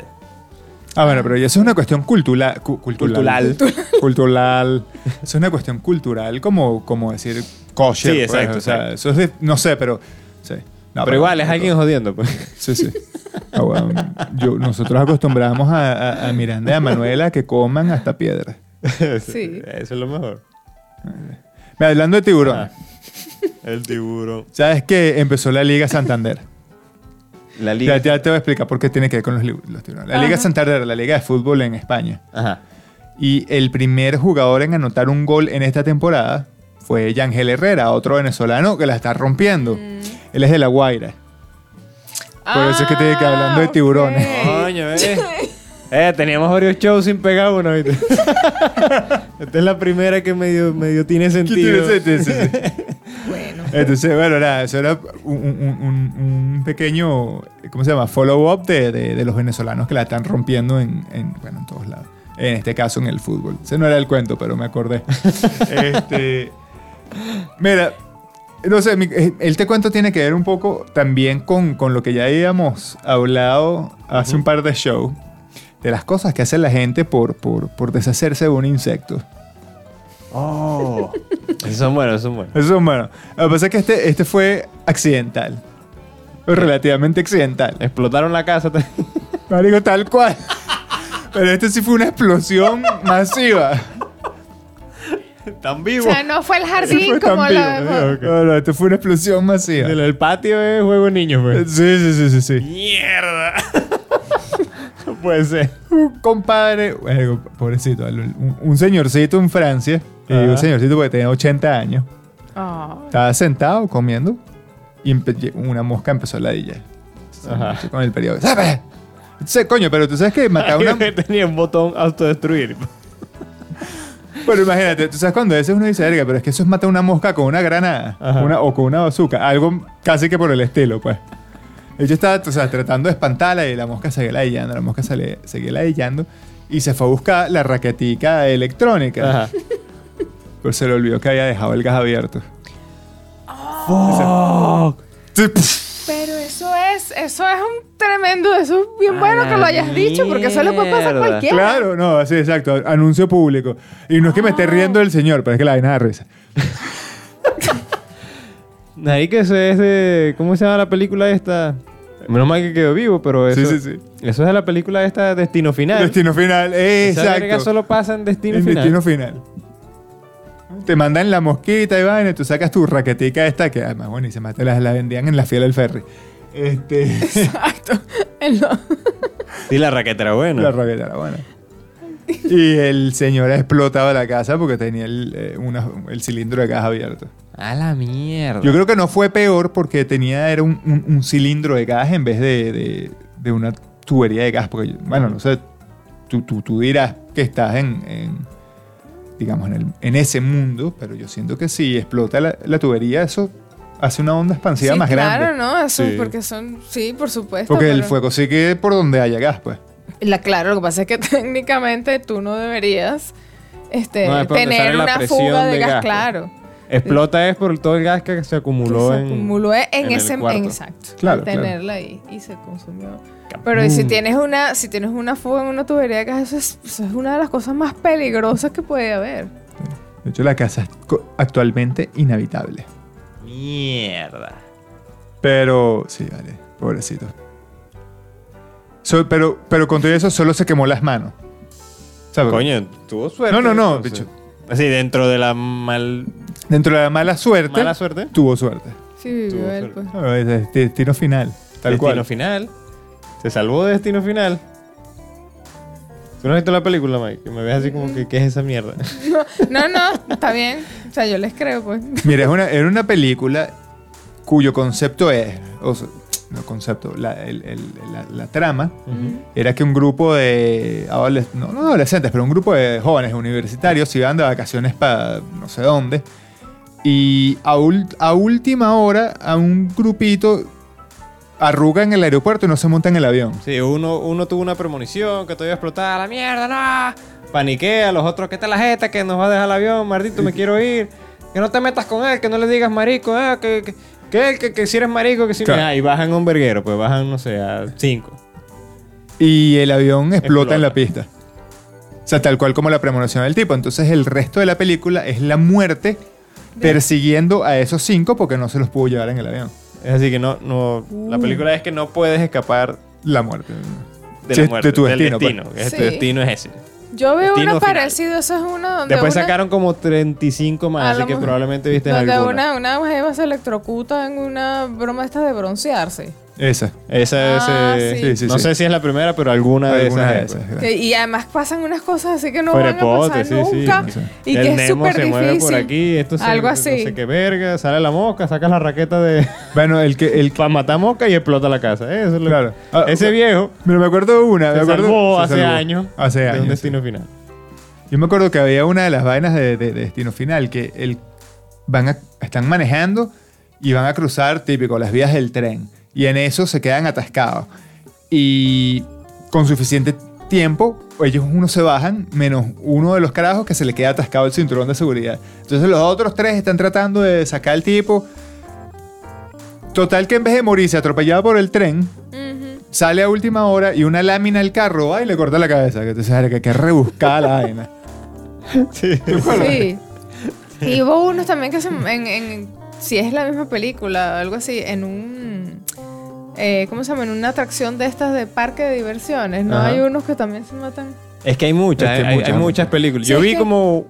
Speaker 2: Ah, bueno, pero eso es una cuestión cultula- cu- cultural.
Speaker 3: Cultural.
Speaker 2: Cultural. Eso es una cuestión cultural, como, como decir kosher.
Speaker 3: Sí,
Speaker 2: pues,
Speaker 3: exacto,
Speaker 2: o sea,
Speaker 3: exacto.
Speaker 2: eso es de- no sé, pero. sí. Ah, No,
Speaker 3: pero, igual, es alguien jodiendo, pues.
Speaker 2: Sí, sí. Ah, bueno, yo- nosotros acostumbramos a, a- a Miranda y a Manuela que coman hasta piedra.
Speaker 1: Sí.
Speaker 3: Eso es lo mejor.
Speaker 2: Mira, hablando de tiburón,
Speaker 3: Ah. El tiburón.
Speaker 2: ¿sabes que empezó la Liga Santander?
Speaker 3: La
Speaker 2: Ya,
Speaker 3: liga.
Speaker 2: ya te voy a explicar por qué tiene que ver con los, li- los tiburones. La Liga
Speaker 1: Ajá.
Speaker 2: Santander, la Liga de Fútbol en España.
Speaker 3: Ajá.
Speaker 2: Y el primer jugador en anotar un gol en esta temporada fue Yangel Herrera, otro venezolano que la está rompiendo. Él es de La Guaira. Por eso es que te dije que hablando de tiburones.
Speaker 1: Ah, ok.
Speaker 3: Coño, eh. Eh, teníamos varios shows sin pegar uno, ¿viste? Esta es la primera que medio, medio tiene sentido.
Speaker 1: Bueno.
Speaker 2: Entonces, bueno, nada, eso era un, un- un- un pequeño, ¿cómo se llama? Follow-up de, de- de los venezolanos que la están rompiendo en, en, bueno, en todos lados. En este caso, en el fútbol. Ese no era el cuento, pero me acordé. Este, mira, no sé, mi- eh, el te cuento tiene que ver un poco también con, con lo que ya habíamos hablado hace un par de shows, de las cosas que hace la gente por, por, por deshacerse de un insecto.
Speaker 3: Oh. Esos son buenos, esos son buenos.
Speaker 2: Eso es bueno. Lo que pasa es que este, este fue accidental. O Relativamente accidental.
Speaker 3: Explotaron la casa.
Speaker 2: Marico, tal cual. Pero este sí fue una explosión masiva.
Speaker 3: Están
Speaker 1: O
Speaker 3: vivos.
Speaker 1: sea, no fue el
Speaker 2: Sí,
Speaker 1: jardín
Speaker 2: Este fue
Speaker 1: como
Speaker 2: tan
Speaker 1: la...
Speaker 2: vivo, ¿no? No, no, esto fue una explosión masiva.
Speaker 3: El, el patio es juego de niños,
Speaker 2: Sí,
Speaker 3: pues.
Speaker 2: sí, sí, sí, sí.
Speaker 3: Mierda. no puede ser.
Speaker 2: Un compadre, bueno, pobrecito, un, un señorcito en Francia, y
Speaker 3: Ajá.
Speaker 2: un señorcito porque tenía 80 años,
Speaker 1: Ah,
Speaker 2: estaba sentado comiendo y empe- una mosca empezó a ladillar.
Speaker 3: Ajá.
Speaker 2: Con el periódico. ¡Sape! Entonces, coño, pero tú sabes que matar a una,
Speaker 3: Alguien tenía un botón autodestruir.
Speaker 2: Pero imagínate, tú sabes cuando a veces uno dice, verga, pero es que eso es matar una mosca con una granada
Speaker 3: Ajá.
Speaker 2: una- o con una bazooka, algo casi que por el estilo, pues. Ella estaba, o sea, tratando de espantarla y la mosca seguía ladillando, la mosca sale- seguía ladillando y se fue a buscar la raquetica electrónica.
Speaker 3: Ajá.
Speaker 2: Pero se le olvidó que había dejado el gas abierto. Sí, pf.
Speaker 1: pero eso es, eso es un tremendo, eso es bien bueno que lo hayas dicho, porque eso le puede pasar a
Speaker 3: mierda.
Speaker 1: cualquiera.
Speaker 2: Claro, no, sí, exacto, anuncio público. Y no es que me esté riendo el señor, pero es que la vaina de risa.
Speaker 3: Ahí que eso es de. ¿Cómo se llama la película esta? Menos mal que quedó vivo, pero eso.
Speaker 2: Sí, sí, sí.
Speaker 3: Eso es de la película esta Destino Final.
Speaker 2: Destino final,
Speaker 3: Esa verga
Speaker 2: exacto.
Speaker 3: solo pasa en Destino
Speaker 2: el
Speaker 3: Final.
Speaker 2: destino final. Te mandan la mosquita, y vaina, tú sacas tu raquetica esta, que además, bueno, y se mata, la, la vendían en la fiel del ferry. Este,
Speaker 1: Exacto. En lo-
Speaker 3: Sí, la raqueta era buena.
Speaker 2: la raqueta era buena. Y el señor ha explotado la casa porque tenía el, eh, una- el cilindro de gas abierto.
Speaker 3: A la mierda.
Speaker 2: Yo creo que no fue peor porque tenía era un, un- un cilindro de gas en vez de, de- de una tubería de gas. Porque, yo- bueno, no sé, tú, tú- tú dirás que estás en, en, digamos, en, el- en ese mundo, pero yo siento que si explota la, la tubería, eso hace una onda expansiva más
Speaker 1: claro,
Speaker 2: grande.
Speaker 1: ¿no? Eso,
Speaker 3: Sí.
Speaker 1: Porque son, sí, por supuesto.
Speaker 2: Porque el
Speaker 1: pero-
Speaker 2: fuego sigue por donde haya gas, pues.
Speaker 1: La, claro, lo que pasa es que técnicamente tú no deberías este,
Speaker 3: No, es por donde
Speaker 1: tener
Speaker 3: sale la
Speaker 1: una
Speaker 3: presión
Speaker 1: fuga de
Speaker 3: de
Speaker 1: gas,
Speaker 3: gas,
Speaker 1: claro.
Speaker 3: Explota es por todo el gas que se acumuló
Speaker 1: Que
Speaker 3: en.
Speaker 1: se acumuló en,
Speaker 3: en el
Speaker 1: ese
Speaker 3: cuarto.
Speaker 1: en- exacto claro,
Speaker 2: Claro, claro.
Speaker 1: tenerla ahí y se consumió pero y si tienes una si tienes una fuga en una tubería de gas eso es, eso es una de las cosas más peligrosas que puede haber
Speaker 2: De hecho, la casa es co- actualmente inhabitable.
Speaker 3: Mierda.
Speaker 2: Pero, sí, vale, pobrecito. So- pero, pero con todo eso solo se quemó las manos. ¿Sabes?
Speaker 3: Coño, tuvo suerte.
Speaker 2: No, no, no,
Speaker 3: entonces.
Speaker 2: bicho.
Speaker 3: Así, dentro de la mal-
Speaker 2: Dentro de la mala suerte,
Speaker 3: mala suerte.
Speaker 2: tuvo suerte.
Speaker 1: sí vivió
Speaker 3: Tuvo
Speaker 1: él
Speaker 3: suerte.
Speaker 1: pues
Speaker 2: No, es el Destino final. Tal
Speaker 3: destino
Speaker 2: cual.
Speaker 3: final. Se salvó de destino final. ¿Tú no has visto la película, Mike? Que me ves así como que, ¿qué es esa mierda?
Speaker 1: pues. no no está bien o sea yo les creo pues
Speaker 2: Mira, es una, era una película cuyo concepto es. o sea, no concepto, la, el- el- la- la trama, era que un grupo de adoles- no, no adolescentes, pero un grupo de jóvenes universitarios iban de vacaciones para no sé dónde. Y a, ul- a última hora, a un grupito arruga en el aeropuerto y no se monta en el avión.
Speaker 3: Sí, uno, uno tuvo una premonición que te iba a explotar, la mierda, no. Paniquea, los otros, que está la jeta que nos va a dejar el avión, Martito, me quiero ir. Que no te metas con él, que no le digas marico, ah, que, que, que él, que, que si eres marico, que si
Speaker 2: Claro.
Speaker 3: Ah, y bajan a un verguero, pues bajan, no sé, a cinco.
Speaker 2: Y el avión explota,
Speaker 3: Explota.
Speaker 2: en la pista. O sea, tal cual como la premonición del tipo. Entonces el resto de la película es la muerte persiguiendo a esos cinco porque no se los pudo llevar en el avión.
Speaker 3: Es así que no, no. La película es que no puedes escapar
Speaker 2: La muerte.
Speaker 3: de
Speaker 2: Sí,
Speaker 3: la muerte,
Speaker 2: de tu destino,
Speaker 3: del destino.
Speaker 2: pues.
Speaker 3: que es-
Speaker 1: Sí.
Speaker 3: Tu destino es ese.
Speaker 1: Yo veo
Speaker 3: Destino
Speaker 1: uno
Speaker 3: final.
Speaker 1: parecido, eso es uno donde.
Speaker 3: Después
Speaker 1: una-
Speaker 3: sacaron como 35
Speaker 1: A
Speaker 3: más,
Speaker 1: lo
Speaker 3: así que
Speaker 1: mejor-
Speaker 3: probablemente viste en
Speaker 1: Donde
Speaker 3: alguna.
Speaker 1: una, una jeva se electrocuta en una broma esta de broncearse.
Speaker 2: Esa.
Speaker 3: Esa es.
Speaker 1: Ah,
Speaker 3: eh,
Speaker 1: sí. Sí,
Speaker 2: sí,
Speaker 3: no
Speaker 2: sí.
Speaker 3: sé si es la primera, pero alguna de
Speaker 2: Alguna
Speaker 3: esas. es, pues.
Speaker 1: Que- y además pasan unas cosas así que no
Speaker 3: Fuera
Speaker 1: van a
Speaker 3: de pote,
Speaker 1: pasar
Speaker 3: sí, sí,
Speaker 1: nunca.
Speaker 3: no
Speaker 2: sé.
Speaker 1: Y que
Speaker 3: El
Speaker 1: es
Speaker 3: Nemo
Speaker 1: súper
Speaker 3: se
Speaker 1: difícil.
Speaker 3: mueve por aquí, esto se-
Speaker 1: Algo
Speaker 3: No
Speaker 1: así.
Speaker 3: sé qué verga, sale la mosca, sacas la raqueta de.
Speaker 2: Bueno, el que... El que-
Speaker 3: para matar mosca y explota la casa. Eso es lo-
Speaker 2: Claro. Ah,
Speaker 3: Ese viejo.
Speaker 2: Pero me acuerdo de una.
Speaker 3: Se
Speaker 2: me acuerdo,
Speaker 3: salvó
Speaker 2: se
Speaker 3: hace
Speaker 2: salvó.
Speaker 3: años
Speaker 2: Hace
Speaker 3: de un
Speaker 2: años. sí.
Speaker 3: destino final.
Speaker 2: Yo me acuerdo que había una de las vainas de, de- de Destino Final, que el, van a- están manejando y van a cruzar, típico, las vías del tren. Y en eso se quedan atascados. Y con suficiente tiempo, ellos unos se bajan, menos uno de los carajos que se le queda atascado el cinturón de seguridad. Entonces los otros tres están tratando de sacar al tipo. Total que en vez de morirse atropellado por el tren,
Speaker 1: Ujú.
Speaker 2: sale a última hora y una lámina del carro va y le corta la cabeza. Que entonces, que, que rebuscada la vaina.
Speaker 3: Sí.
Speaker 1: Sí. Y hubo unos también que se, en, en- si es la misma película, algo así, en un eh, ¿cómo se llama? En una atracción de estas de parque de diversiones, ¿no?
Speaker 3: Ajá.
Speaker 1: Hay unos que también se matan.
Speaker 3: Es que hay muchas,
Speaker 2: Es que
Speaker 3: hay, hay
Speaker 2: muchas,
Speaker 3: muchas, películas.
Speaker 1: Sí,
Speaker 3: Yo
Speaker 1: es
Speaker 3: vi
Speaker 1: que-
Speaker 3: como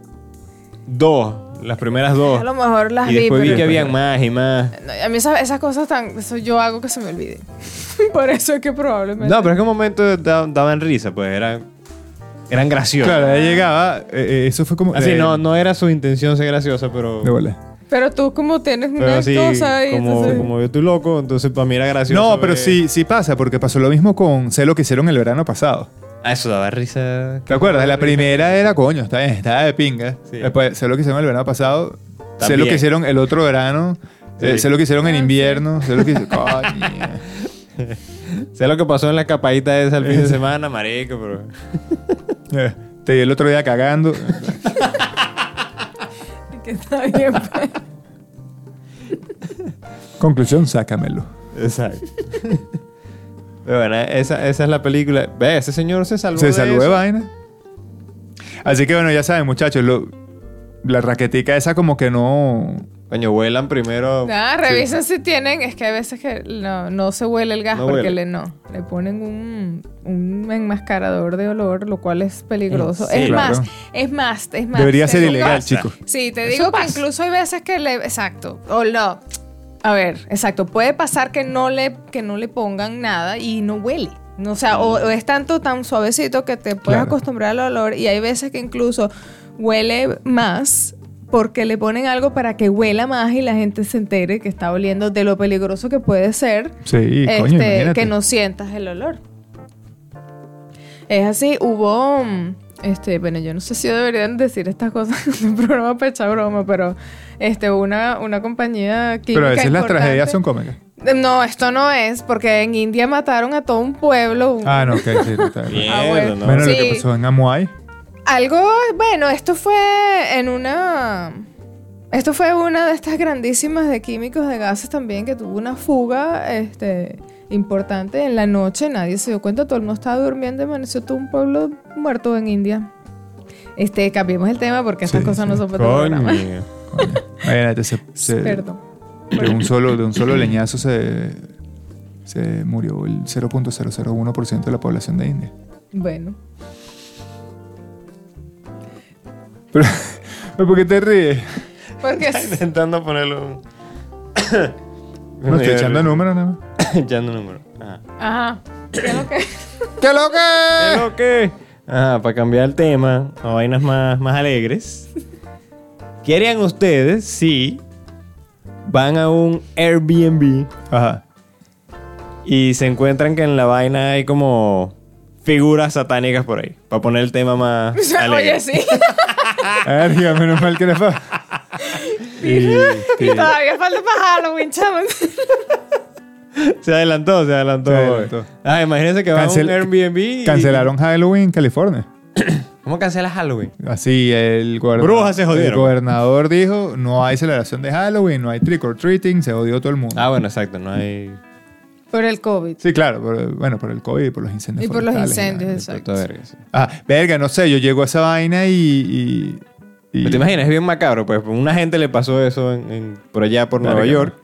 Speaker 3: dos, las primeras dos.
Speaker 1: A lo mejor las
Speaker 3: Oh. Y
Speaker 1: vi,
Speaker 3: después vi
Speaker 1: pero-
Speaker 3: que habían más y más.
Speaker 1: No, a mí esas, esas cosas tan. Eso yo hago que se me olviden. Por eso es que probablemente.
Speaker 3: No, pero es que un momento da- daban risa, pues eran, eran graciosos.
Speaker 2: Claro, ella llegaba, eh, eh, eso fue como...
Speaker 3: Así,
Speaker 2: eh,
Speaker 3: no, no era su intención ser graciosa, pero.
Speaker 2: de bola.
Speaker 1: Pero tú, como tienes
Speaker 3: Pero
Speaker 1: una
Speaker 3: así,
Speaker 1: cosa y
Speaker 3: como,
Speaker 1: entonces-
Speaker 3: como yo estoy loco, entonces para mí era gracioso.
Speaker 2: No, pero
Speaker 3: ver-
Speaker 2: sí, sí pasa, porque pasó lo mismo con Sé lo que hicieron el verano pasado.
Speaker 3: Ah, eso daba risa.
Speaker 2: ¿Te acuerdas? La primera era, coño, está bien, estaba de pinga.
Speaker 3: Sí.
Speaker 2: Después, Sé lo que hicieron el verano pasado, Sé
Speaker 3: También.
Speaker 2: lo que hicieron el otro verano, eh,
Speaker 3: Sí.
Speaker 2: Sé lo que hicieron en
Speaker 1: Ah, sí.
Speaker 2: invierno, Sé lo que hicieron... Coño.
Speaker 3: Sé lo que pasó en la capadita esa el fin de semana, marico, pero.
Speaker 2: Eh, Te vi el otro día cagando.
Speaker 1: que está bien. pues.
Speaker 2: Conclusión, sácamelo.
Speaker 3: Exacto. pero bueno, esa, esa es la película. Ve, ese señor se salvó.
Speaker 2: Se
Speaker 3: de
Speaker 2: salvó de
Speaker 3: eso.
Speaker 2: vaina. Así que bueno, ya saben, muchachos, lo- la raquetica esa como que no...
Speaker 3: Coño, vuelan primero.
Speaker 1: Nada, revisen si tienen. Es que hay veces que no, no se huele el gas
Speaker 3: No
Speaker 1: porque
Speaker 3: huele.
Speaker 1: le no. Le ponen un, un enmascarador de olor, lo cual es peligroso.
Speaker 3: Sí,
Speaker 1: es
Speaker 2: claro.
Speaker 1: más, es más, es más.
Speaker 2: Debería
Speaker 1: Te
Speaker 2: ser
Speaker 1: digo-
Speaker 2: ilegal,
Speaker 3: pasa.
Speaker 2: chicos.
Speaker 1: Sí, te
Speaker 3: Eso
Speaker 1: digo que
Speaker 3: pasa.
Speaker 1: incluso hay veces que le. Exacto. O no. A ver, exacto. Puede pasar que no le, que no le pongan nada y no huele. No, O sea,
Speaker 3: Mm.
Speaker 1: o, o es tanto tan suavecito que te puedes
Speaker 2: Claro.
Speaker 1: acostumbrar al olor. Y hay veces que incluso huele más porque le ponen algo para que huela más y la gente se entere que está oliendo de lo peligroso que puede ser
Speaker 2: Sí, coño,
Speaker 1: este,
Speaker 2: imagínate.
Speaker 1: que no sientas el olor. Es así, hubo, mm, este, bueno, yo no sé si deberían decir estas cosas en un programa para echar broma, pero este, una, una compañía química
Speaker 2: Pero a veces las
Speaker 1: importante-
Speaker 2: tragedias son cómicas.
Speaker 1: No, esto no es, porque en India mataron a todo un pueblo. un-
Speaker 2: Ah, no, ok, sí, está bien.
Speaker 3: Mierda,
Speaker 1: Ah, bueno.
Speaker 3: ¿no?
Speaker 2: Bueno, lo
Speaker 1: Sí.
Speaker 2: que pasó en Amuay.
Speaker 1: Algo, bueno, esto fue en una... Esto fue una de estas grandísimas de químicos de gases también que tuvo una fuga este, importante en la noche. Nadie se dio cuenta, todo el mundo estaba durmiendo. Amaneció todo un pueblo muerto en India. Este, cambiemos el tema porque estas
Speaker 2: Sí,
Speaker 1: cosas no
Speaker 2: sí.
Speaker 1: son para todo el programa.
Speaker 3: Coño.
Speaker 2: Coño. Imagínate, se- se-
Speaker 1: Perdón.
Speaker 2: de, un solo, de un solo leñazo se, se murió el 0.001% de la población de India.
Speaker 1: Bueno.
Speaker 2: Pero, pero ¿por qué te ríes?
Speaker 1: Porque
Speaker 3: Está intentando ponerlo. un-
Speaker 2: No estoy echando números
Speaker 3: número.
Speaker 2: nada más.
Speaker 3: echando Ah. número. Ajá.
Speaker 1: Ajá. ¿Qué es lo que?
Speaker 2: ¡Qué loco!
Speaker 3: ¿Pero qué? Ajá, para cambiar el tema a vainas más, más alegres. ¿Qué harían ustedes si van a un Airbnb
Speaker 2: Ajá.
Speaker 3: Y se encuentran que en la vaina hay como figuras satánicas por ahí. Para poner el tema más. alegre.
Speaker 1: Oye, sí. Ah.
Speaker 2: Verga, menos mal que era pa- Y-
Speaker 1: Y todavía falta para Halloween, chaval.
Speaker 3: Se adelantó, se adelantó.
Speaker 2: Se adelantó.
Speaker 3: Ah, imagínense que va
Speaker 2: Cancel-
Speaker 3: a un Airbnb. y-
Speaker 2: Cancelaron Halloween en California.
Speaker 3: ¿Cómo cancela Halloween?
Speaker 2: Así el gobernador.
Speaker 3: Brujas se jodieron.
Speaker 2: El gobernador dijo: no hay celebración de Halloween, no hay trick or treating, se jodió todo el mundo.
Speaker 3: Ah, bueno, exacto, no hay.
Speaker 1: Por el COVID.
Speaker 2: Sí, claro, por- bueno, por el COVID y por los incendios.
Speaker 1: Y por los
Speaker 2: forestales y
Speaker 1: incendios,
Speaker 2: vaina.
Speaker 1: exacto.
Speaker 3: Puta verga, sí.
Speaker 2: Ah, verga, no sé, yo llego a esa vaina y. y, y-
Speaker 3: Pero ¿Te imaginas? Es bien macabro, pues. Una gente le pasó eso en- en- por allá por Nueva
Speaker 2: Verga.
Speaker 3: York.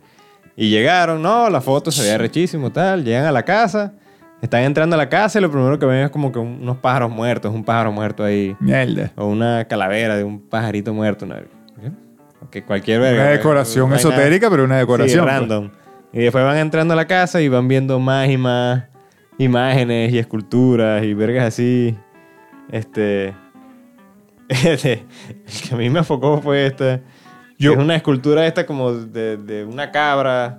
Speaker 3: Y llegaron, no, la foto se veía rechísimo, tal. Llegan a la casa, están entrando a la casa y lo primero que ven es como que un- unos pájaros muertos, un pájaro muerto ahí.
Speaker 2: Mierda.
Speaker 3: O una calavera de un pajarito muerto, una verga. Que cualquier verga.
Speaker 2: Una
Speaker 3: pues,
Speaker 2: decoración
Speaker 3: vaina-
Speaker 2: esotérica, pero una decoración.
Speaker 3: Sí,
Speaker 2: pues.
Speaker 3: random. Y después van entrando a la casa y van viendo más y más imágenes y esculturas y vergas así. Este. este, el que a mí me enfocó fue esta.
Speaker 2: Yo-
Speaker 3: Es una escultura esta como de, de una cabra.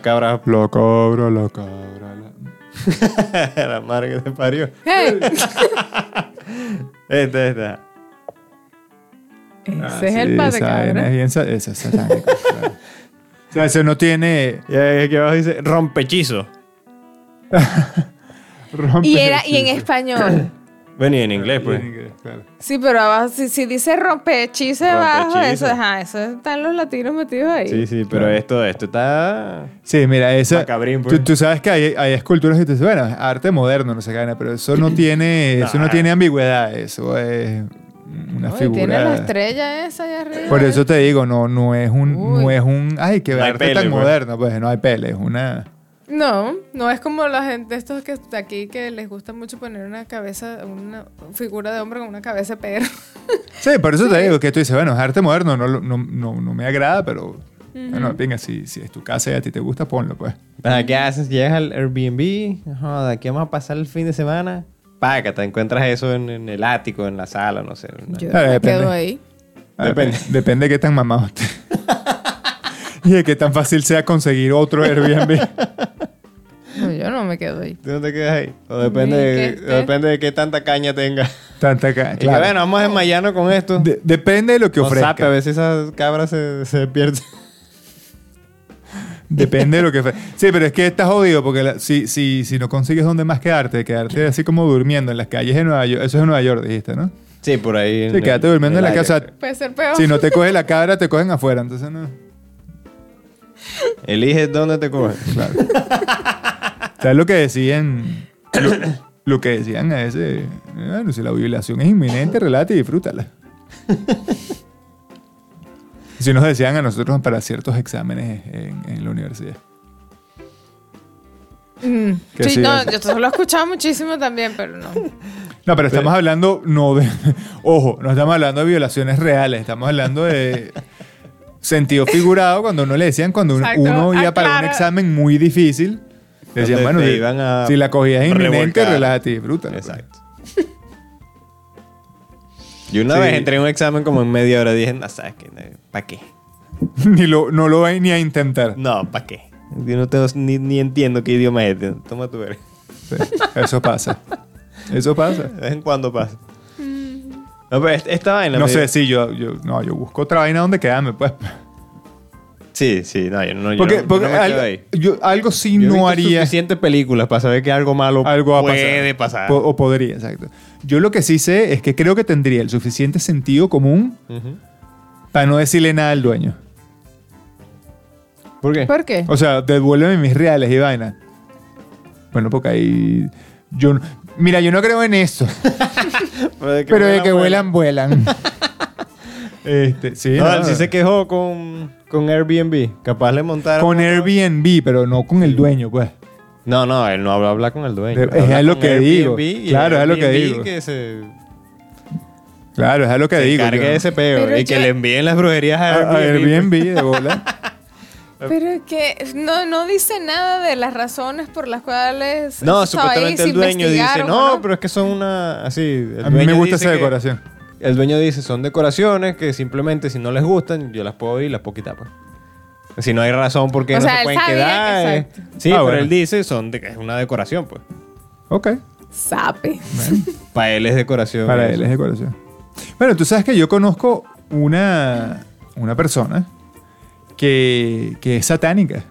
Speaker 3: cabras.
Speaker 2: Lo cobro, lo cobro. lo-
Speaker 3: la madre que te parió.
Speaker 1: Hey.
Speaker 3: Esta, esta.
Speaker 1: Ese
Speaker 2: Ah,
Speaker 1: es
Speaker 2: sí,
Speaker 1: el padre,
Speaker 2: esa vaina es
Speaker 1: cabrón.
Speaker 2: bien sa- esa es satánica, claro. O sea, eso no tiene.
Speaker 3: Y ahí aquí abajo dice rompechizo.
Speaker 2: rompe-
Speaker 1: Y, era, y en
Speaker 2: sí, sí.
Speaker 1: español.
Speaker 3: Venía en
Speaker 2: Y
Speaker 3: inglés,
Speaker 2: en
Speaker 3: pues.
Speaker 2: inglés, claro.
Speaker 1: Sí, pero abajo, si, si dice rompehechizo abajo,
Speaker 3: Rompehechizo.
Speaker 1: eso, ajá, eso están los latinos metidos ahí.
Speaker 3: Sí, sí, pero esto, esto está.
Speaker 2: Sí, mira, esa.
Speaker 3: Macabrín, pues.
Speaker 2: tú, tú sabes que hay, hay esculturas que te dicen, bueno, es arte moderno, no sé qué, vaina, pero eso no tiene, eso no
Speaker 3: Nah.
Speaker 2: tiene ambigüedad, eso es una
Speaker 1: Uy,
Speaker 2: figura.
Speaker 1: Tiene la estrella esa allá arriba.
Speaker 2: Por eso te digo, no, no es un,
Speaker 1: Uy.
Speaker 2: no es un, ay, que
Speaker 3: No hay
Speaker 2: arte
Speaker 3: pele,
Speaker 2: tan
Speaker 3: pues.
Speaker 2: moderno, pues no hay pele, es una.
Speaker 1: No, no es como la gente estos que de aquí que les gusta mucho poner una cabeza, una figura de hombre con una cabeza de perro.
Speaker 2: Sí, por eso te digo que tú dices, bueno, es arte moderno, no, lo- no, no, no me agrada, pero bueno, venga, si, si es tu casa y a ti te gusta, ponlo, pues.
Speaker 3: Ajá, ¿Qué haces? Llegas al Airbnb, joda, aquí vamos a pasar el fin de semana. Paca, te encuentras eso en, en el ático, en la sala, no sé. ¿no?
Speaker 1: Yo
Speaker 2: Ah,
Speaker 1: me
Speaker 2: depende.
Speaker 1: quedo ahí.
Speaker 2: Ah,
Speaker 3: Depende.
Speaker 2: Depende de qué tan mamado estés. y de qué tan fácil sea conseguir otro Airbnb.
Speaker 1: No, yo no me quedo ahí.
Speaker 3: ¿Tú no te quedas ahí? O depende, de,
Speaker 1: ¿Qué?
Speaker 3: o depende de qué tanta caña tengas.
Speaker 2: Tanta ca-
Speaker 3: Y que,
Speaker 2: claro.
Speaker 3: bueno, vamos a desmayarnos con esto.
Speaker 2: De- depende de lo que
Speaker 3: O sape, a
Speaker 2: ofrezca.
Speaker 3: veces esas cabras se, se pierden.
Speaker 2: Depende de lo que ofrezca. Sí, pero es que estás jodido porque la- si, si, si no consigues dónde más quedarte, quedarte así como durmiendo en las calles de Nueva York. Eso es en Nueva York, dijiste, ¿no?
Speaker 3: Sí, por ahí. en
Speaker 2: Sí,
Speaker 3: el-
Speaker 2: quédate durmiendo en la
Speaker 3: el
Speaker 2: casa.
Speaker 3: área.
Speaker 1: Puede ser peor.
Speaker 2: Si no te coge la cabra, te cogen afuera. Entonces no.
Speaker 3: Elige dónde te cogen.
Speaker 2: Claro. ¿Sabes lo que decían? Lo, lo que decían a ese. Bueno, si la violación es inminente, relate y disfrútala. Si nos decían a nosotros para ciertos exámenes en, en la universidad.
Speaker 1: Mm.
Speaker 2: Que
Speaker 1: Sí,
Speaker 2: sí,
Speaker 1: no,
Speaker 2: es-
Speaker 1: yo te lo he escuchado muchísimo también, pero no.
Speaker 2: No, pero estamos hablando, no de. Ojo, no estamos hablando de violaciones reales, estamos hablando de. Sentido figurado, cuando uno le decían, cuando uno,
Speaker 1: Exacto,
Speaker 2: uno iba para un
Speaker 1: aclara.
Speaker 2: examen muy difícil, le decían,
Speaker 3: Donde
Speaker 2: bueno,
Speaker 3: te
Speaker 2: si,
Speaker 3: iban a
Speaker 2: si la cogida es inminente,
Speaker 3: revolcar.
Speaker 2: relájate y disfrútala. pues.
Speaker 3: Exacto. Yo una
Speaker 2: Sí.
Speaker 3: vez entré en un examen como en media hora dije, no, ¿sabes qué? ¿Para qué?
Speaker 2: ni lo, no lo va ni a intentar.
Speaker 3: No, ¿para qué? Yo no tengo, ni, ni entiendo qué idioma es. este. Toma tu verga.
Speaker 2: Sí, eso pasa. Eso pasa.
Speaker 3: De vez en cuando pasa.
Speaker 1: Mm.
Speaker 3: No, pero esta, esta vaina.
Speaker 2: No
Speaker 3: me-
Speaker 2: sé si yo, yo, no, yo busco otra vaina donde quedarme, pues.
Speaker 3: Sí, sí, no, yo no, yo
Speaker 2: Porque,
Speaker 3: no-
Speaker 2: porque
Speaker 3: yo no me quedo
Speaker 2: al-
Speaker 3: ahí.
Speaker 2: yo algo sí
Speaker 3: Yo he
Speaker 2: no
Speaker 3: visto
Speaker 2: haría.
Speaker 3: suficientes películas para saber que algo malo
Speaker 2: Algo va a pasar.
Speaker 3: puede pasar.
Speaker 2: Po- o podría, exacto. Yo lo que sí sé es que creo que tendría el suficiente sentido común
Speaker 3: Ujú.
Speaker 2: para no decirle nada al dueño.
Speaker 3: ¿Por qué?
Speaker 1: ¿Por qué?
Speaker 2: O sea, devuélveme mis reales y vaina. Bueno, porque ahí. Yo, no- mira, yo no creo en eso.
Speaker 3: Pero de
Speaker 2: pero de
Speaker 3: vuelan,
Speaker 2: que
Speaker 3: vuelan.
Speaker 2: vuelan, vuelan. este, sí,
Speaker 3: No, él
Speaker 2: no.
Speaker 3: sí se quejó con, con Airbnb. Capaz le montaron.
Speaker 2: Con Airbnb, pero no con el dueño, pues.
Speaker 3: No, no, él no habla, habla con el dueño.
Speaker 2: Es- es
Speaker 3: Habla
Speaker 2: lo
Speaker 3: con
Speaker 2: que digo.
Speaker 3: Airbnb y
Speaker 2: Claro, es lo que
Speaker 3: Airbnb
Speaker 2: digo.
Speaker 3: Que se,
Speaker 2: Claro, es a lo que
Speaker 3: se
Speaker 2: digo.
Speaker 3: encargue
Speaker 2: yo.
Speaker 3: de ese peo
Speaker 1: Pero
Speaker 3: y que
Speaker 1: yo-
Speaker 3: le envíen las brujerías
Speaker 2: A-
Speaker 3: a
Speaker 2: a
Speaker 3: Airbnb.
Speaker 2: Airbnb de bola.
Speaker 1: Pero que no, no dice nada de las razones por las cuales.
Speaker 3: No,
Speaker 1: estaba ahí,
Speaker 3: supuestamente
Speaker 1: si
Speaker 3: el dueño dice,
Speaker 1: investigaron o
Speaker 3: no, pero es que son una... Así, el
Speaker 2: A mí me
Speaker 3: dueño
Speaker 2: gusta
Speaker 3: dice
Speaker 2: esa
Speaker 3: que-
Speaker 2: decoración.
Speaker 3: El dueño dice, son decoraciones que simplemente si no les gustan, yo las puedo ir y las puedo quitar. pues". Si no hay razón por qué
Speaker 1: O
Speaker 3: no
Speaker 1: sea,
Speaker 3: se
Speaker 1: él
Speaker 3: pueden
Speaker 1: sabía,
Speaker 3: quedar. eh.
Speaker 1: exacto.
Speaker 3: Sí,
Speaker 2: Ah,
Speaker 3: pero
Speaker 2: bueno.
Speaker 3: él dice son de- es una decoración, pues.
Speaker 2: Ok.
Speaker 1: Sape.
Speaker 2: Bueno,
Speaker 3: Para él es decoración.
Speaker 2: para
Speaker 3: eso.
Speaker 2: él es decoración. Bueno, tú sabes que yo conozco una, una persona que, que es satánica.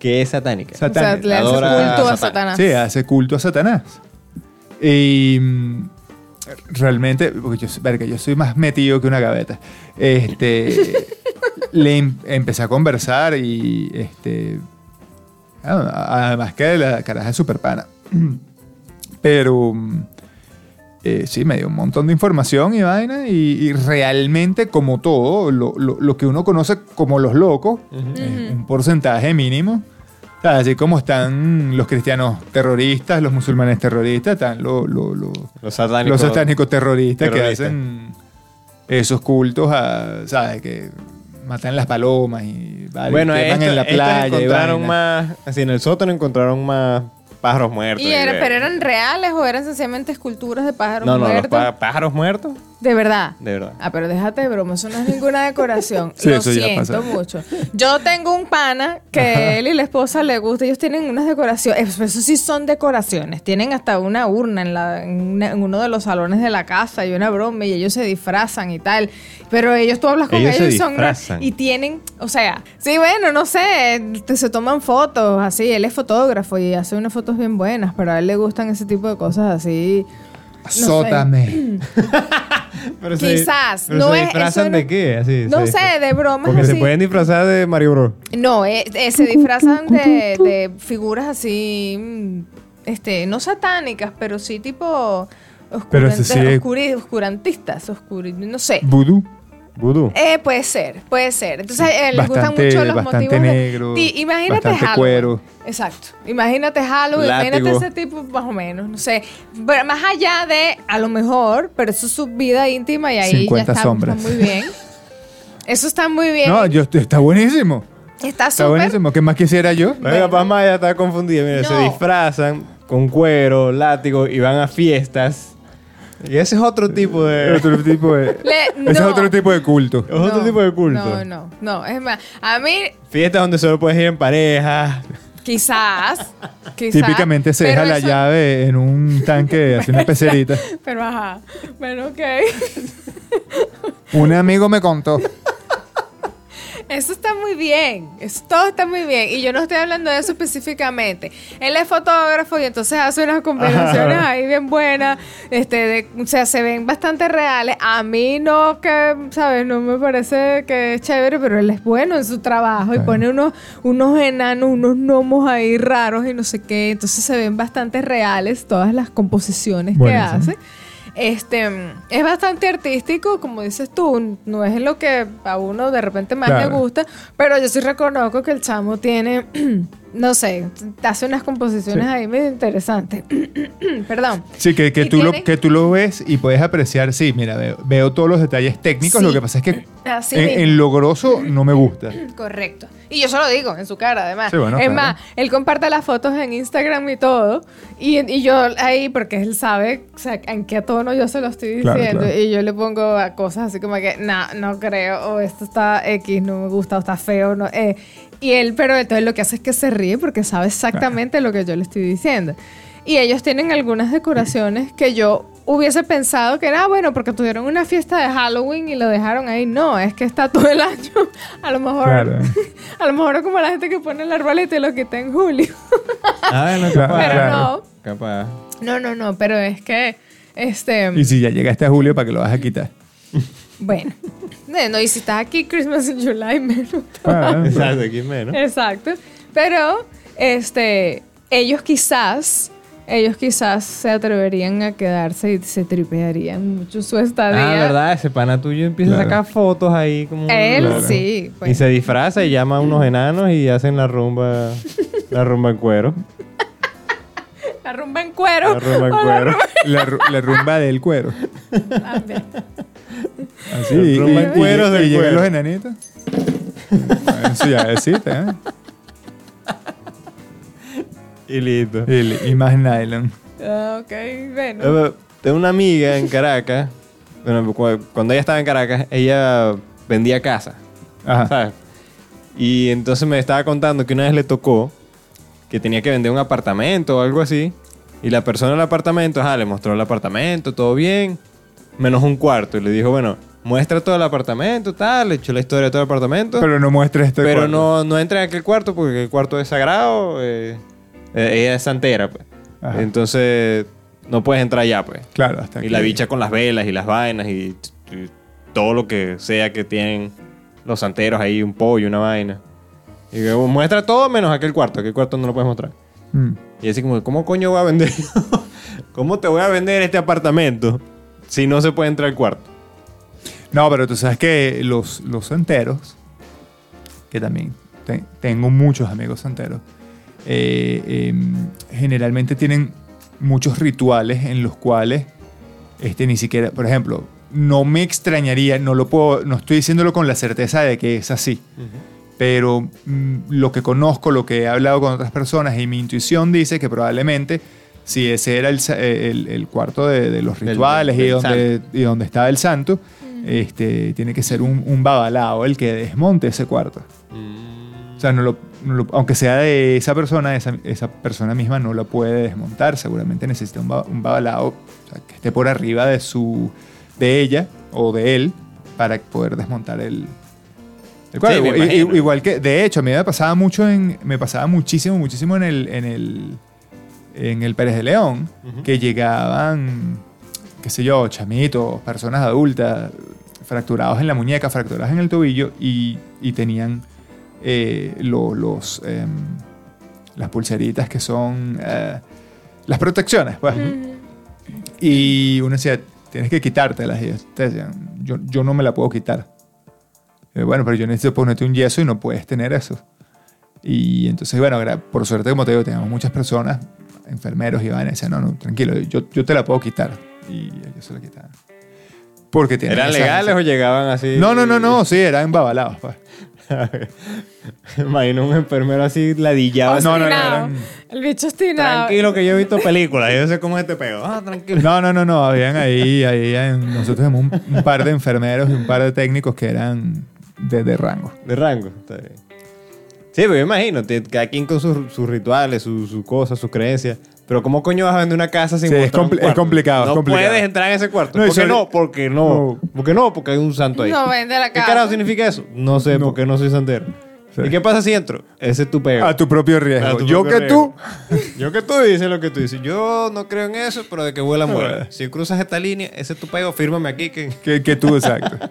Speaker 3: Que es satánica.
Speaker 1: O sea,
Speaker 2: Satánica.
Speaker 1: le hace
Speaker 3: Adora a
Speaker 1: culto a
Speaker 3: Satán.
Speaker 1: Satanás.
Speaker 2: Sí, hace culto a Satanás. Y mm, realmente, porque yo, soy- verga, yo soy más metido que una gaveta. Este, le em- empecé a conversar y este, ah, además que la caraja es súper pana. Pero mm, eh, sí, me dio un montón de información y vaina. Y, y realmente, como todo, lo, lo- lo que uno conoce como los locos, es un porcentaje mínimo. O sea, así como están los cristianos terroristas, los musulmanes terroristas, están lo- lo- lo-
Speaker 3: Los satánicos.
Speaker 2: los satánicos terroristas
Speaker 3: terroristas.
Speaker 2: que hacen esos cultos a, ¿sabes? Que matan las palomas y vale,
Speaker 3: Bueno,
Speaker 2: queman
Speaker 3: estos,
Speaker 2: en la playa. y
Speaker 3: encontraron
Speaker 2: vaina.
Speaker 3: más. Así en el sótano encontraron más pájaros muertos.
Speaker 1: Y era-
Speaker 3: creo.
Speaker 1: pero eran reales o eran sencillamente esculturas de pájaros
Speaker 3: No, no, los
Speaker 1: muertos.
Speaker 3: pá- pájaros muertos.
Speaker 1: de verdad.
Speaker 3: De verdad.
Speaker 1: Ah, pero déjate de broma, eso no es ninguna decoración.
Speaker 2: Sí,
Speaker 1: Lo
Speaker 2: eso ya
Speaker 1: siento
Speaker 2: pasa.
Speaker 1: mucho. Yo tengo un pana que él y la esposa le gusta, ellos tienen unas decoraciones, eso sí son decoraciones, tienen hasta una urna en, la- en una- en uno de los salones de la casa y una broma y ellos se disfrazan y tal, pero ellos tú hablas con
Speaker 3: Ellos
Speaker 1: ellos,
Speaker 3: se
Speaker 1: y son
Speaker 3: disfrazan.
Speaker 1: y tienen, o sea, sí, bueno, no sé, te- se toman fotos así, él es fotógrafo y hace unas fotos bien buenas, pero a él le gustan ese tipo de cosas así.
Speaker 2: Azótame.
Speaker 3: Pero
Speaker 1: Quizás,
Speaker 3: pero
Speaker 1: no
Speaker 3: se
Speaker 1: es-
Speaker 3: disfrazan
Speaker 1: eso no-
Speaker 3: de qué? Así,
Speaker 1: No
Speaker 3: se
Speaker 1: sé,
Speaker 3: disfrazan.
Speaker 1: de bromas
Speaker 3: Porque se
Speaker 1: así.
Speaker 3: pueden disfrazar de Mario Bros.
Speaker 1: No, eh, eh, se disfrazan de, de figuras así, mm, este, no satánicas, pero sí tipo
Speaker 2: Pero eso sí
Speaker 1: oscurante-
Speaker 2: es-
Speaker 1: oscuri- oscurantistas, oscuri- no sé.
Speaker 2: Vudú.
Speaker 3: Vudú.
Speaker 1: Eh, puede ser, puede ser. Entonces, eh, les gustan
Speaker 2: Bastante-
Speaker 1: mucho los
Speaker 2: bastante
Speaker 1: motivos. de-
Speaker 2: negro,
Speaker 1: Ti- imagínate
Speaker 2: bastante
Speaker 1: Halloween.
Speaker 2: cuero.
Speaker 1: Exacto. Imagínate Halloween, imagínate
Speaker 3: Látigo.
Speaker 1: ese tipo más o menos, no sé. Pero más allá de, a lo mejor, pero eso es su vida íntima y ahí
Speaker 2: 50
Speaker 1: ya está,
Speaker 2: sombras.
Speaker 1: está muy bien. Eso está muy bien.
Speaker 2: No, yo, está buenísimo.
Speaker 1: está
Speaker 2: Está
Speaker 1: Eh, súper
Speaker 2: buenísimo. ¿Qué más quisiera yo?
Speaker 3: Venga, papá Maya está confundida. Mira, se
Speaker 1: No.
Speaker 3: disfrazan con cuero, látigo y van a fiestas. Y ese es otro tipo de.
Speaker 2: Otro tipo de-
Speaker 1: Le-
Speaker 2: Ese es
Speaker 1: no.
Speaker 2: otro tipo de culto.
Speaker 3: Es otro tipo de
Speaker 1: No,
Speaker 3: culto.
Speaker 1: no, no. Es más, a mí
Speaker 3: Fiestas donde solo puedes ir en pareja.
Speaker 1: quizás, quizás
Speaker 2: Típicamente se
Speaker 1: pero
Speaker 2: deja la
Speaker 1: eso-
Speaker 2: llave en un tanque, hace una pecerita.
Speaker 1: Pero ajá, pero ok.
Speaker 2: Un amigo me contó.
Speaker 1: Eso está muy bien, eso todo está muy bien. Y yo no estoy hablando de eso específicamente. Él es fotógrafo y entonces hace unas combinaciones ahí bien buenas. Este, de- o sea, se ven bastante reales. A mí no que, ¿sabes? No me parece que es chévere, pero él es bueno en su trabajo y
Speaker 2: Claro.
Speaker 1: pone unos, unos enanos, unos gnomos ahí raros y no sé qué. Entonces se ven bastante reales todas las composiciones
Speaker 2: Buenísimo.
Speaker 1: que hace. Este, es bastante artístico, como dices tú, no es lo que a uno de repente más le
Speaker 2: Claro.
Speaker 1: gusta, pero yo sí reconozco que el chamo tiene, no sé, hace unas composiciones
Speaker 2: Sí.
Speaker 1: ahí medio interesantes. Perdón.
Speaker 2: Sí, que, que
Speaker 1: Y
Speaker 2: tú lo,
Speaker 1: tienen-
Speaker 2: que tú lo ves y puedes apreciar. Sí, mira, veo, veo todos los detalles técnicos.
Speaker 1: Sí. Ah,
Speaker 2: Lo que pasa es que
Speaker 1: Así
Speaker 2: en,
Speaker 1: mismo.
Speaker 2: en lo grosso no me gusta.
Speaker 1: Correcto. Y yo se lo digo en su cara, además.
Speaker 2: Sí, bueno,
Speaker 1: es
Speaker 2: claro.
Speaker 1: más, él comparte las fotos en Instagram y todo. Y, y yo ahí, porque él sabe o sea, en qué tono yo se lo estoy diciendo.
Speaker 2: Claro, claro.
Speaker 1: Y yo le pongo a cosas así como que, no, no creo, o esto está X, no me gusta, o está feo. No, eh. Y él, pero entonces lo que hace es que se ríe porque sabe exactamente lo que yo le estoy diciendo. Y ellos tienen algunas decoraciones que yo hubiese pensado que era, ah, bueno, porque tuvieron una fiesta de Halloween y lo dejaron ahí. No, es que está todo el año. A lo mejor
Speaker 2: Claro.
Speaker 1: a lo mejor es como la gente que pone el arbolito y lo quita en julio.
Speaker 3: Ah, no,
Speaker 2: Claro,
Speaker 3: capaz.
Speaker 1: Pero
Speaker 2: claro.
Speaker 1: no.
Speaker 3: Capaz.
Speaker 1: No, no, no, pero es que. Este.
Speaker 2: Y si ya llegaste a julio, ¿para que lo vas a quitar?
Speaker 1: Bueno. Eh, No, y si estás aquí, Christmas in July, menos.
Speaker 2: Ah,
Speaker 3: Exacto, aquí menos.
Speaker 1: Exacto. Pero, este. Ellos quizás. Ellos quizás se atreverían a quedarse y se tripearían mucho su estadía.
Speaker 3: Ah, verdad, ese pana tuyo empieza
Speaker 2: Claro.
Speaker 3: a sacar fotos ahí como.
Speaker 1: Él
Speaker 2: Claro.
Speaker 1: sí. pues.
Speaker 3: Y
Speaker 1: bueno.
Speaker 3: se disfraza y llama a unos enanos y hacen la rumba. la rumba en cuero.
Speaker 1: La rumba en cuero.
Speaker 3: La rumba en
Speaker 1: o
Speaker 3: cuero.
Speaker 2: la, ru- la rumba del cuero.
Speaker 1: También.
Speaker 2: Así.
Speaker 3: La
Speaker 2: y-
Speaker 3: rumba
Speaker 2: y-
Speaker 3: en cueros
Speaker 2: y-
Speaker 3: del
Speaker 2: y llegan
Speaker 3: cuero.
Speaker 2: los enanitos. Ah, Sí, ya decita, ¿eh?
Speaker 3: Y listo.
Speaker 2: Y, li- y más nylon.
Speaker 1: Ah, ok, bueno.
Speaker 3: Eh, Tengo una amiga en Caracas. Bueno, cu- cuando ella estaba en Caracas, ella vendía casa.
Speaker 2: Ajá.
Speaker 3: ¿sabes? Y entonces me estaba contando que una vez le tocó que tenía que vender un apartamento o algo así. Y la persona del apartamento, ajá, le mostró el apartamento, todo bien, menos un cuarto. Y le dijo, bueno, muestra todo el apartamento, tal, le echó la historia de todo el apartamento. Pero,
Speaker 2: Pero no muestres este cuarto.
Speaker 3: no, no entra en aquel cuarto porque el cuarto es sagrado. eh, eh, ella es santera, pues.
Speaker 2: Ajá.
Speaker 3: Entonces, no puedes entrar allá, pues.
Speaker 2: Claro, hasta
Speaker 3: Y
Speaker 2: aquí.
Speaker 3: la bicha con las velas y las vainas y, y todo lo que sea que tienen los santeros ahí, un pollo, una vaina. Y que muestra todo menos aquel cuarto, aquel cuarto no lo puedes mostrar.
Speaker 2: Mm.
Speaker 3: Y así como, ¿cómo coño voy a vender? ¿Cómo te voy a vender este apartamento si no se puede entrar al cuarto?
Speaker 2: No, pero tú sabes que los, los santeros, que también te- tengo muchos amigos santeros, eh, em, generalmente tienen muchos rituales en los cuales este, ni siquiera, por ejemplo, no me extrañaría, no lo puedo, no estoy diciéndolo con la certeza de que es así, pero mm, lo que conozco, lo que he hablado con otras personas y mi intuición dice que probablemente si ese era el, sa- eh, el- el cuarto de, de los
Speaker 3: Del-
Speaker 2: rituales
Speaker 3: del
Speaker 2: y, donde, y donde estaba el santo, este, tiene que ser un, un babalao el que desmonte ese cuarto. O sea, no lo- no lo- aunque sea de esa persona, esa, esa persona misma no la puede desmontar. Seguramente necesita un, ba- un babalao o sea, que esté por arriba de, su, de ella o de él para poder desmontar el, el cuadro.
Speaker 3: Sí, me
Speaker 2: I- i-
Speaker 3: imagino.
Speaker 2: igual que, de hecho, a mí me pasaba mucho en, me pasaba muchísimo, muchísimo en el, en el, en el Pérez de León,
Speaker 3: Ujú.
Speaker 2: que llegaban, qué sé yo, chamitos, personas adultas, fracturados en la muñeca, fracturados en el tobillo y, y tenían eh, lo- los, em, las pulseritas que son eh, las protecciones, pues. Y uno decía, tienes que quitártelas. Y ellos te decían, yo, yo no me la puedo quitar. Eh, bueno, pero yo necesito ponerte un yeso y no puedes tener eso. Y entonces, bueno, gra- por suerte, como te digo, teníamos muchas personas, enfermeros y van, y decían, no, no, tranquilo, yo, yo te la puedo quitar. Y ellos se la quitaban. Porque tienen
Speaker 3: ¿Eran
Speaker 2: esa-
Speaker 3: legales o llegaban así?
Speaker 2: No, no, no, no, sí, eran babalados. pues.
Speaker 3: Imagino un enfermero así ladillado.
Speaker 2: no, no, no,
Speaker 1: Obstinado.
Speaker 2: eran-
Speaker 1: El bicho obstinado.
Speaker 3: Tranquilo que yo he visto películas, yo sé cómo es este pedo. Ah, tranquilo.
Speaker 2: No, no, no, no, habían ahí, ahí en- nosotros tenemos un, un par de enfermeros y un par de técnicos que eran de, de rango.
Speaker 3: De rango, está bien. Sí, pero yo imagino, te- cada quien con sus, sus rituales, sus sus cosas, sus creencias. Pero ¿cómo coño vas a vender una casa sin
Speaker 2: Sí, es
Speaker 3: mostrar un
Speaker 2: compli- es
Speaker 3: cuarto?
Speaker 2: complicado, es
Speaker 3: No
Speaker 2: complicado.
Speaker 3: puedes entrar en ese cuarto.
Speaker 2: No, y
Speaker 3: ¿Por qué
Speaker 2: sobre-
Speaker 3: no? Porque no.
Speaker 2: No.
Speaker 3: ¿Por qué no? Porque hay un santo ahí.
Speaker 1: No vende la
Speaker 3: ¿Qué
Speaker 1: casa.
Speaker 3: carajo significa eso? No sé,
Speaker 2: No.
Speaker 3: porque no soy santero.
Speaker 2: Sí.
Speaker 3: ¿Y qué pasa si entro? Ese es tu pego.
Speaker 2: A tu propio riesgo.
Speaker 3: A tu
Speaker 2: yo
Speaker 3: propio
Speaker 2: que tú.
Speaker 3: riesgo. Yo que tú dices lo que tú dices. Yo no creo en eso, pero de que vuela, muera.
Speaker 2: Bueno.
Speaker 3: Si cruzas esta línea, ese es tu pego. Fírmame aquí que...
Speaker 2: Que, que tú, exacto.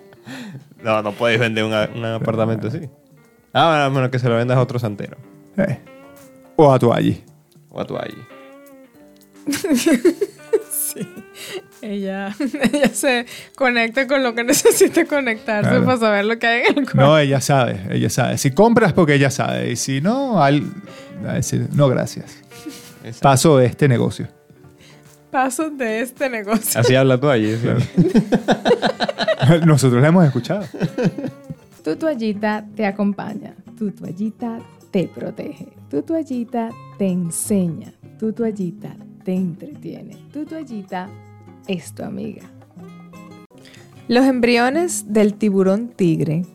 Speaker 3: No, no podéis vender un, un apartamento así. Ah, bueno, a menos que se lo vendas a otro santero.
Speaker 2: Eh. O a tu allí.
Speaker 3: O a tu allí.
Speaker 1: Ella, ella se conecta con lo que necesita conectarse
Speaker 2: Claro.
Speaker 1: para saber lo que hay en el cuarto.
Speaker 2: No, ella sabe, ella sabe. Si compras porque ella sabe. Y si no, al, va a decir, no, gracias.
Speaker 3: Exacto.
Speaker 2: Paso de este negocio.
Speaker 1: Pasos de este negocio.
Speaker 3: Así habla tú allí. sí.
Speaker 2: Nosotros la hemos escuchado.
Speaker 4: Tu toallita te acompaña, tu toallita te protege, tu toallita te enseña, tu toallita te entretiene, tu toallita es tu amiga.
Speaker 1: Los embriones del tiburón tigre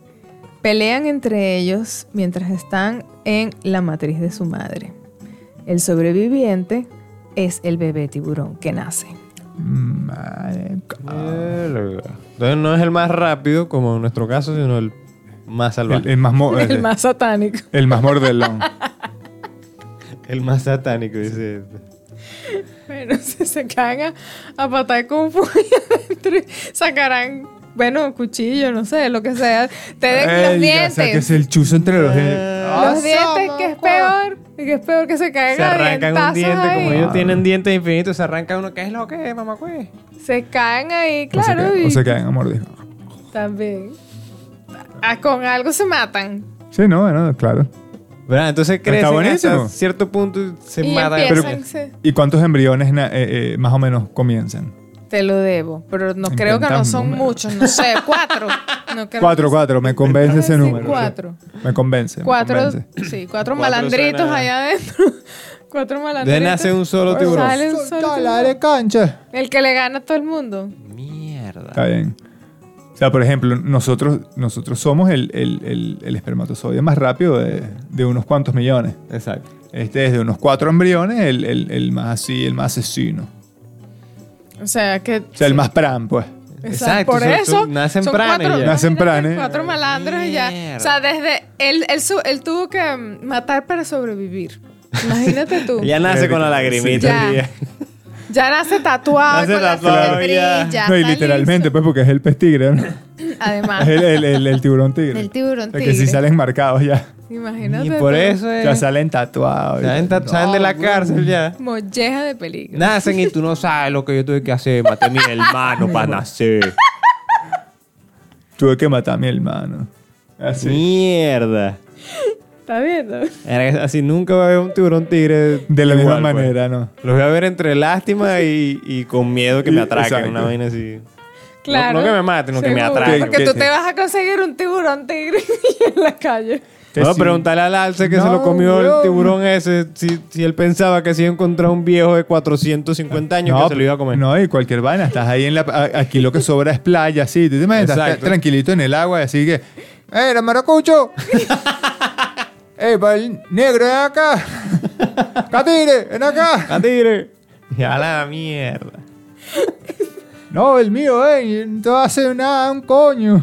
Speaker 1: pelean entre ellos mientras están en la matriz de su madre. El sobreviviente es el bebé tiburón que nace.
Speaker 2: Madre-
Speaker 3: Mierda. Entonces no es el más rápido, como en nuestro caso, sino el más
Speaker 2: El,
Speaker 3: salvaje.
Speaker 2: el más mo-
Speaker 1: El más satánico.
Speaker 2: el más mordelón.
Speaker 3: El más satánico, dice.
Speaker 1: Bueno, si se caen a, a patar con furia adentro, sacarán, bueno, cuchillo, no sé, lo que sea. Te den los
Speaker 2: Ey, ya, o
Speaker 1: dientes.
Speaker 2: sea, que es el chuzo entre los
Speaker 1: Los
Speaker 2: dientes.
Speaker 1: dientes, que es peor. Que es peor que se caigan
Speaker 3: Se arrancan
Speaker 1: a dientazos
Speaker 3: un diente,
Speaker 1: ahí.
Speaker 3: como
Speaker 2: ellos tienen
Speaker 3: ellos tienen dientes infinitos, se arranca uno. ¿Qué es lo que es, mamá?
Speaker 1: Se caen ahí,
Speaker 2: O se
Speaker 1: claro.
Speaker 2: caen-
Speaker 1: y pues
Speaker 2: o se caen a mordisco.
Speaker 1: También. Ah, con algo se matan.
Speaker 2: Sí, no, bueno, claro.
Speaker 3: Entonces crecen
Speaker 2: buenísimo.
Speaker 3: hasta cierto punto y se
Speaker 1: y
Speaker 3: matan.
Speaker 1: empiezan. se-
Speaker 2: ¿Y cuántos embriones na- eh, eh, más o menos comienzan?
Speaker 1: Te lo debo. Pero no creo que no
Speaker 2: Inventan
Speaker 1: son
Speaker 2: números.
Speaker 1: muchos, no sé, cuatro. No creo
Speaker 2: Cuatro,
Speaker 1: que-
Speaker 2: cuatro, me convence ese
Speaker 1: Sí,
Speaker 2: número.
Speaker 1: cuatro.
Speaker 2: Me convence. me
Speaker 1: Cuatro,
Speaker 2: convence.
Speaker 1: sí, cuatro
Speaker 3: Cuatro
Speaker 1: malandritos
Speaker 3: suena-
Speaker 1: allá adentro. cuatro malandritos.
Speaker 3: nace un solo tiburón.
Speaker 1: Sale un solo
Speaker 2: Soltala
Speaker 1: tiburón.
Speaker 2: de cancha.
Speaker 1: El que le gana a todo el mundo.
Speaker 3: Mierda.
Speaker 2: Está bien. Sí, sea, por ejemplo, nosotros, nosotros somos el, el- el- el espermatozoide más rápido de, de unos cuantos millones.
Speaker 3: Exacto.
Speaker 2: Este es de unos cuatro embriones, el, el- el más así, el más asesino.
Speaker 1: O sea, que...
Speaker 2: O sea, el más pran, pues.
Speaker 1: Exacto,
Speaker 3: Exacto,
Speaker 1: por
Speaker 3: son-
Speaker 1: eso.
Speaker 3: son- nacen
Speaker 1: son
Speaker 3: pranes
Speaker 1: cuatro,
Speaker 3: ya.
Speaker 2: Nacen
Speaker 1: imagínate,
Speaker 2: pranes.
Speaker 1: Cuatro malandros y ya. O sea, desde. Él, él, su- él tuvo que mm, matar para sobrevivir. Imagínate tú.
Speaker 3: Ya nace con la lagrimita.
Speaker 1: Ya.
Speaker 3: el día.
Speaker 1: Ya nace tatuado
Speaker 3: Nace
Speaker 1: con
Speaker 3: tatuado,
Speaker 1: la cicatriz, ya
Speaker 2: no, y
Speaker 1: está
Speaker 2: literalmente, pues, porque es el pez tigre, ¿no?
Speaker 1: listo. Además,
Speaker 2: Es el, el- el- el tiburón tigre.
Speaker 1: el tiburón
Speaker 2: O sea,
Speaker 1: tigre.
Speaker 2: que si salen marcados ya.
Speaker 1: Imagínate.
Speaker 3: Y por
Speaker 1: tú.
Speaker 3: eso es.
Speaker 2: Ya salen tatuados.
Speaker 3: Salen,
Speaker 2: No.
Speaker 3: ta- salen de la cárcel ya.
Speaker 1: Molleja de peligro.
Speaker 3: Nacen y tú no sabes lo que yo tuve que hacer. Maté a mi hermano para nacer.
Speaker 2: Tuve que matar a mi hermano. Así.
Speaker 3: Mierda.
Speaker 1: ¿Está viendo?
Speaker 3: Era Así nunca va a haber un tiburón tigre.
Speaker 2: De la misma
Speaker 3: igual, pues.
Speaker 2: manera, ¿no?
Speaker 3: Los voy a ver entre lástima y, y con miedo que me
Speaker 2: Y-
Speaker 3: atraquen.
Speaker 2: exacto.
Speaker 3: Una vaina así.
Speaker 1: Claro.
Speaker 3: no que me maten, no que me
Speaker 1: Seguro.
Speaker 3: atrapen.
Speaker 1: Porque
Speaker 2: Que-
Speaker 1: tú
Speaker 2: que-
Speaker 1: te vas a conseguir un tiburón tigre en la calle.
Speaker 2: Que
Speaker 3: Bueno,
Speaker 2: sí.
Speaker 3: preguntarle al alce que se
Speaker 2: No,
Speaker 3: lo comió
Speaker 2: weón.
Speaker 3: el tiburón ese si, si él pensaba que si iba a encontrar un viejo de 450 años que se lo iba a comer.
Speaker 2: No, y cualquier vaina. Estás ahí en la. a- Aquí lo que sobra es playa, sí. ¿Tú te imaginas? Estás
Speaker 3: Exacto.
Speaker 2: tranquilito en el agua, así que. ¡Eh, era maracucho! ¡Eh, va el negro, ven acá! ¡Catire, ven acá!
Speaker 3: ¡A Ah, tigre! Y a la mierda.
Speaker 2: No, el mío, eh, no te va a hacer nada, un coño.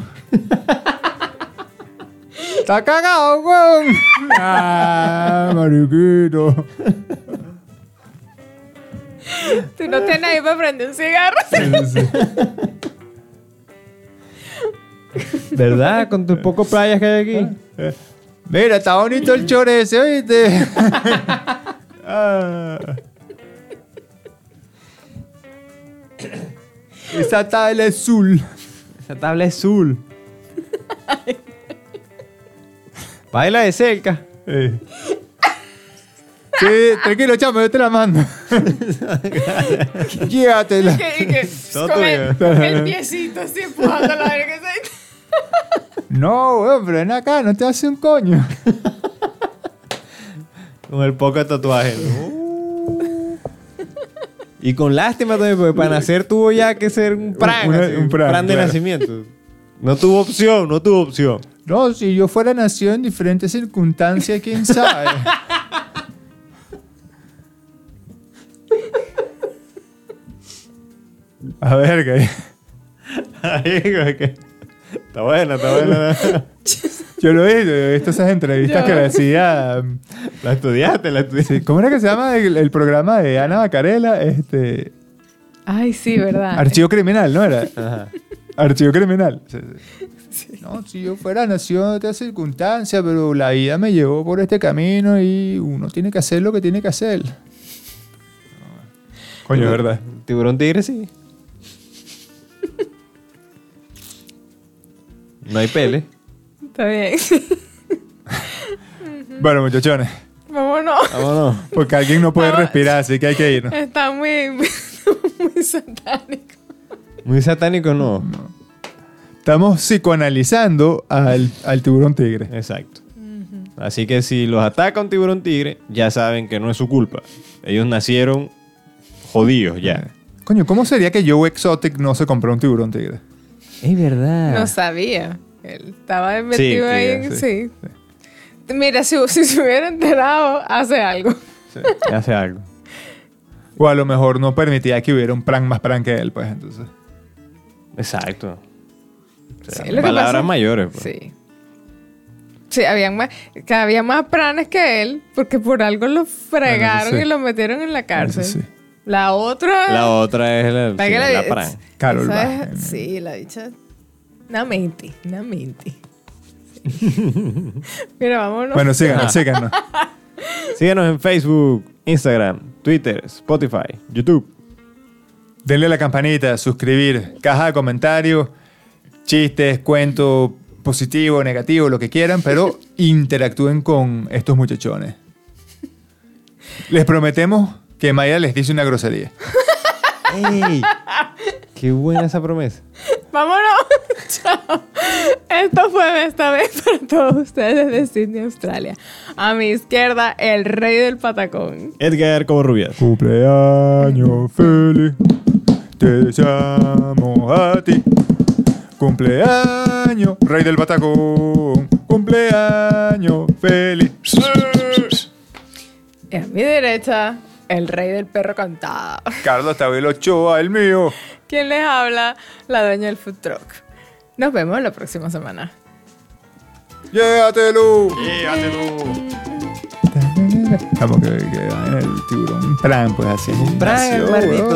Speaker 2: ¡Está cagado, weón! ¡Ah, mariquito!
Speaker 1: Tú no tienes ahí para prender un cigarro.
Speaker 3: ¿Verdad? Con tus pocos playas que hay aquí.
Speaker 2: Mira, está bonito el chore ese, ¿oíste? Ah. Esa tabla es azul.
Speaker 3: Esa tabla es azul. Baila de cerca.
Speaker 2: Eh. Sí, tranquilo, chamo, yo te la mando. Llévatela.
Speaker 1: que- y que
Speaker 3: Todo
Speaker 1: con, el,
Speaker 3: tuyo.
Speaker 1: con el piecito así empujando la verga. así.
Speaker 2: No, weón, pero ven acá, no te hace un coño.
Speaker 3: Con el poco de tatuaje. y con lástima también, porque para nacer tuvo ya que ser un pran.
Speaker 2: Una-
Speaker 3: así,
Speaker 2: un
Speaker 3: un
Speaker 2: pran,
Speaker 3: pran, de
Speaker 2: claro.
Speaker 3: nacimiento. No tuvo opción, no tuvo opción.
Speaker 2: No, si yo fuera nacido en diferentes circunstancias, quién sabe. A ver, que
Speaker 3: Ahí, güey, que- está buena, está buena.
Speaker 2: yo lo he visto, yo he visto esas entrevistas
Speaker 1: Yo.
Speaker 2: que le hacía. um,
Speaker 3: La estudiaste, la estudiaste.
Speaker 2: sí, ¿Cómo era que se llama el, el programa de Ana Bacarela? Este,
Speaker 1: Ay, sí, ¿verdad?
Speaker 2: Archivo Criminal, ¿no era?
Speaker 3: Ajá.
Speaker 2: Archivo Criminal. No, si yo fuera nacido en otras circunstancias, pero la vida me llevó por este camino y uno tiene que hacer lo que tiene que hacer. Coño, es verdad.
Speaker 3: Tiburón tigre, sí. No hay pele.
Speaker 1: Está bien.
Speaker 2: Bueno, muchachones,
Speaker 1: Vámonos.
Speaker 3: Vámonos.
Speaker 2: porque alguien no puede
Speaker 1: Vamos.
Speaker 2: respirar, así que hay que irnos.
Speaker 1: Está muy, muy satánico.
Speaker 3: Muy satánico, no.
Speaker 2: Estamos psicoanalizando al, al tiburón tigre.
Speaker 3: Exacto. Así que si los ataca un tiburón tigre, ya saben que no es su culpa. Ellos nacieron jodidos ya.
Speaker 2: Coño, ¿cómo sería que Joe Exotic no se compró un tiburón tigre?
Speaker 3: Es verdad.
Speaker 1: No sabía. Él estaba metido
Speaker 3: Ah. que-
Speaker 1: ahí. en-
Speaker 2: sí,
Speaker 1: Sí. Mira, si, si se hubiera enterado, hace algo.
Speaker 3: Hace algo.
Speaker 2: O a lo mejor no permitía que hubiera un prank más prank que él, pues entonces.
Speaker 3: Exacto. O sea,
Speaker 1: Sí, lo que
Speaker 3: palabras
Speaker 1: pasa-
Speaker 3: mayores. pues.
Speaker 1: Sí. Sí, habían más, que había más pranes que él, porque por algo lo fregaron
Speaker 2: sí.
Speaker 1: y lo metieron en la cárcel.
Speaker 2: sí.
Speaker 1: La otra.
Speaker 3: La otra es la,
Speaker 1: Para
Speaker 3: sí,
Speaker 1: que
Speaker 3: la
Speaker 1: la-
Speaker 3: pran.
Speaker 2: Carol
Speaker 1: esa es-
Speaker 2: Bajen.
Speaker 1: Sí, la dicha. Una mente, una mente. Sí. Mira, vámonos.
Speaker 2: Bueno, síganos, síganos.
Speaker 3: Síguenos en Facebook, Instagram, Twitter, Spotify, YouTube.
Speaker 2: Denle a la campanita, suscribir, caja de comentarios, chistes, cuentos positivo, negativo, lo que quieran, pero interactúen con estos muchachones. Les prometemos que Maya les dice una grosería.
Speaker 3: ¡Ey! ¡Qué buena esa promesa!
Speaker 1: Vámonos. Chao. Esto fue de esta vez para todos ustedes desde Sydney, Australia. A mi izquierda, el rey del patacón.
Speaker 3: Edgar Covarrubias.
Speaker 2: Cumpleaños feliz, te deseamos a ti. Cumpleaños, rey del batacón. Cumpleaños, feliz.
Speaker 1: Y a mi derecha, el rey del perro cantado.
Speaker 2: Carlos Tabel Ochoa, el mío.
Speaker 1: ¿Quién les habla? La dueña del food truck. Nos vemos la próxima semana.
Speaker 2: Llévatelo. Vamos que, que va en el tiburón. Un pran, pues así. Un
Speaker 3: pran, el maldito.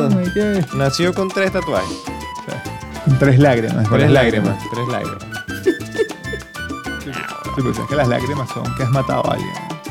Speaker 2: Con
Speaker 3: Nació con tres tatuajes.
Speaker 2: tres lágrimas. con
Speaker 3: Tres
Speaker 2: las
Speaker 3: lágrimas. Tres lágrimas.
Speaker 2: Sí, pues es que las lágrimas son que has matado a alguien.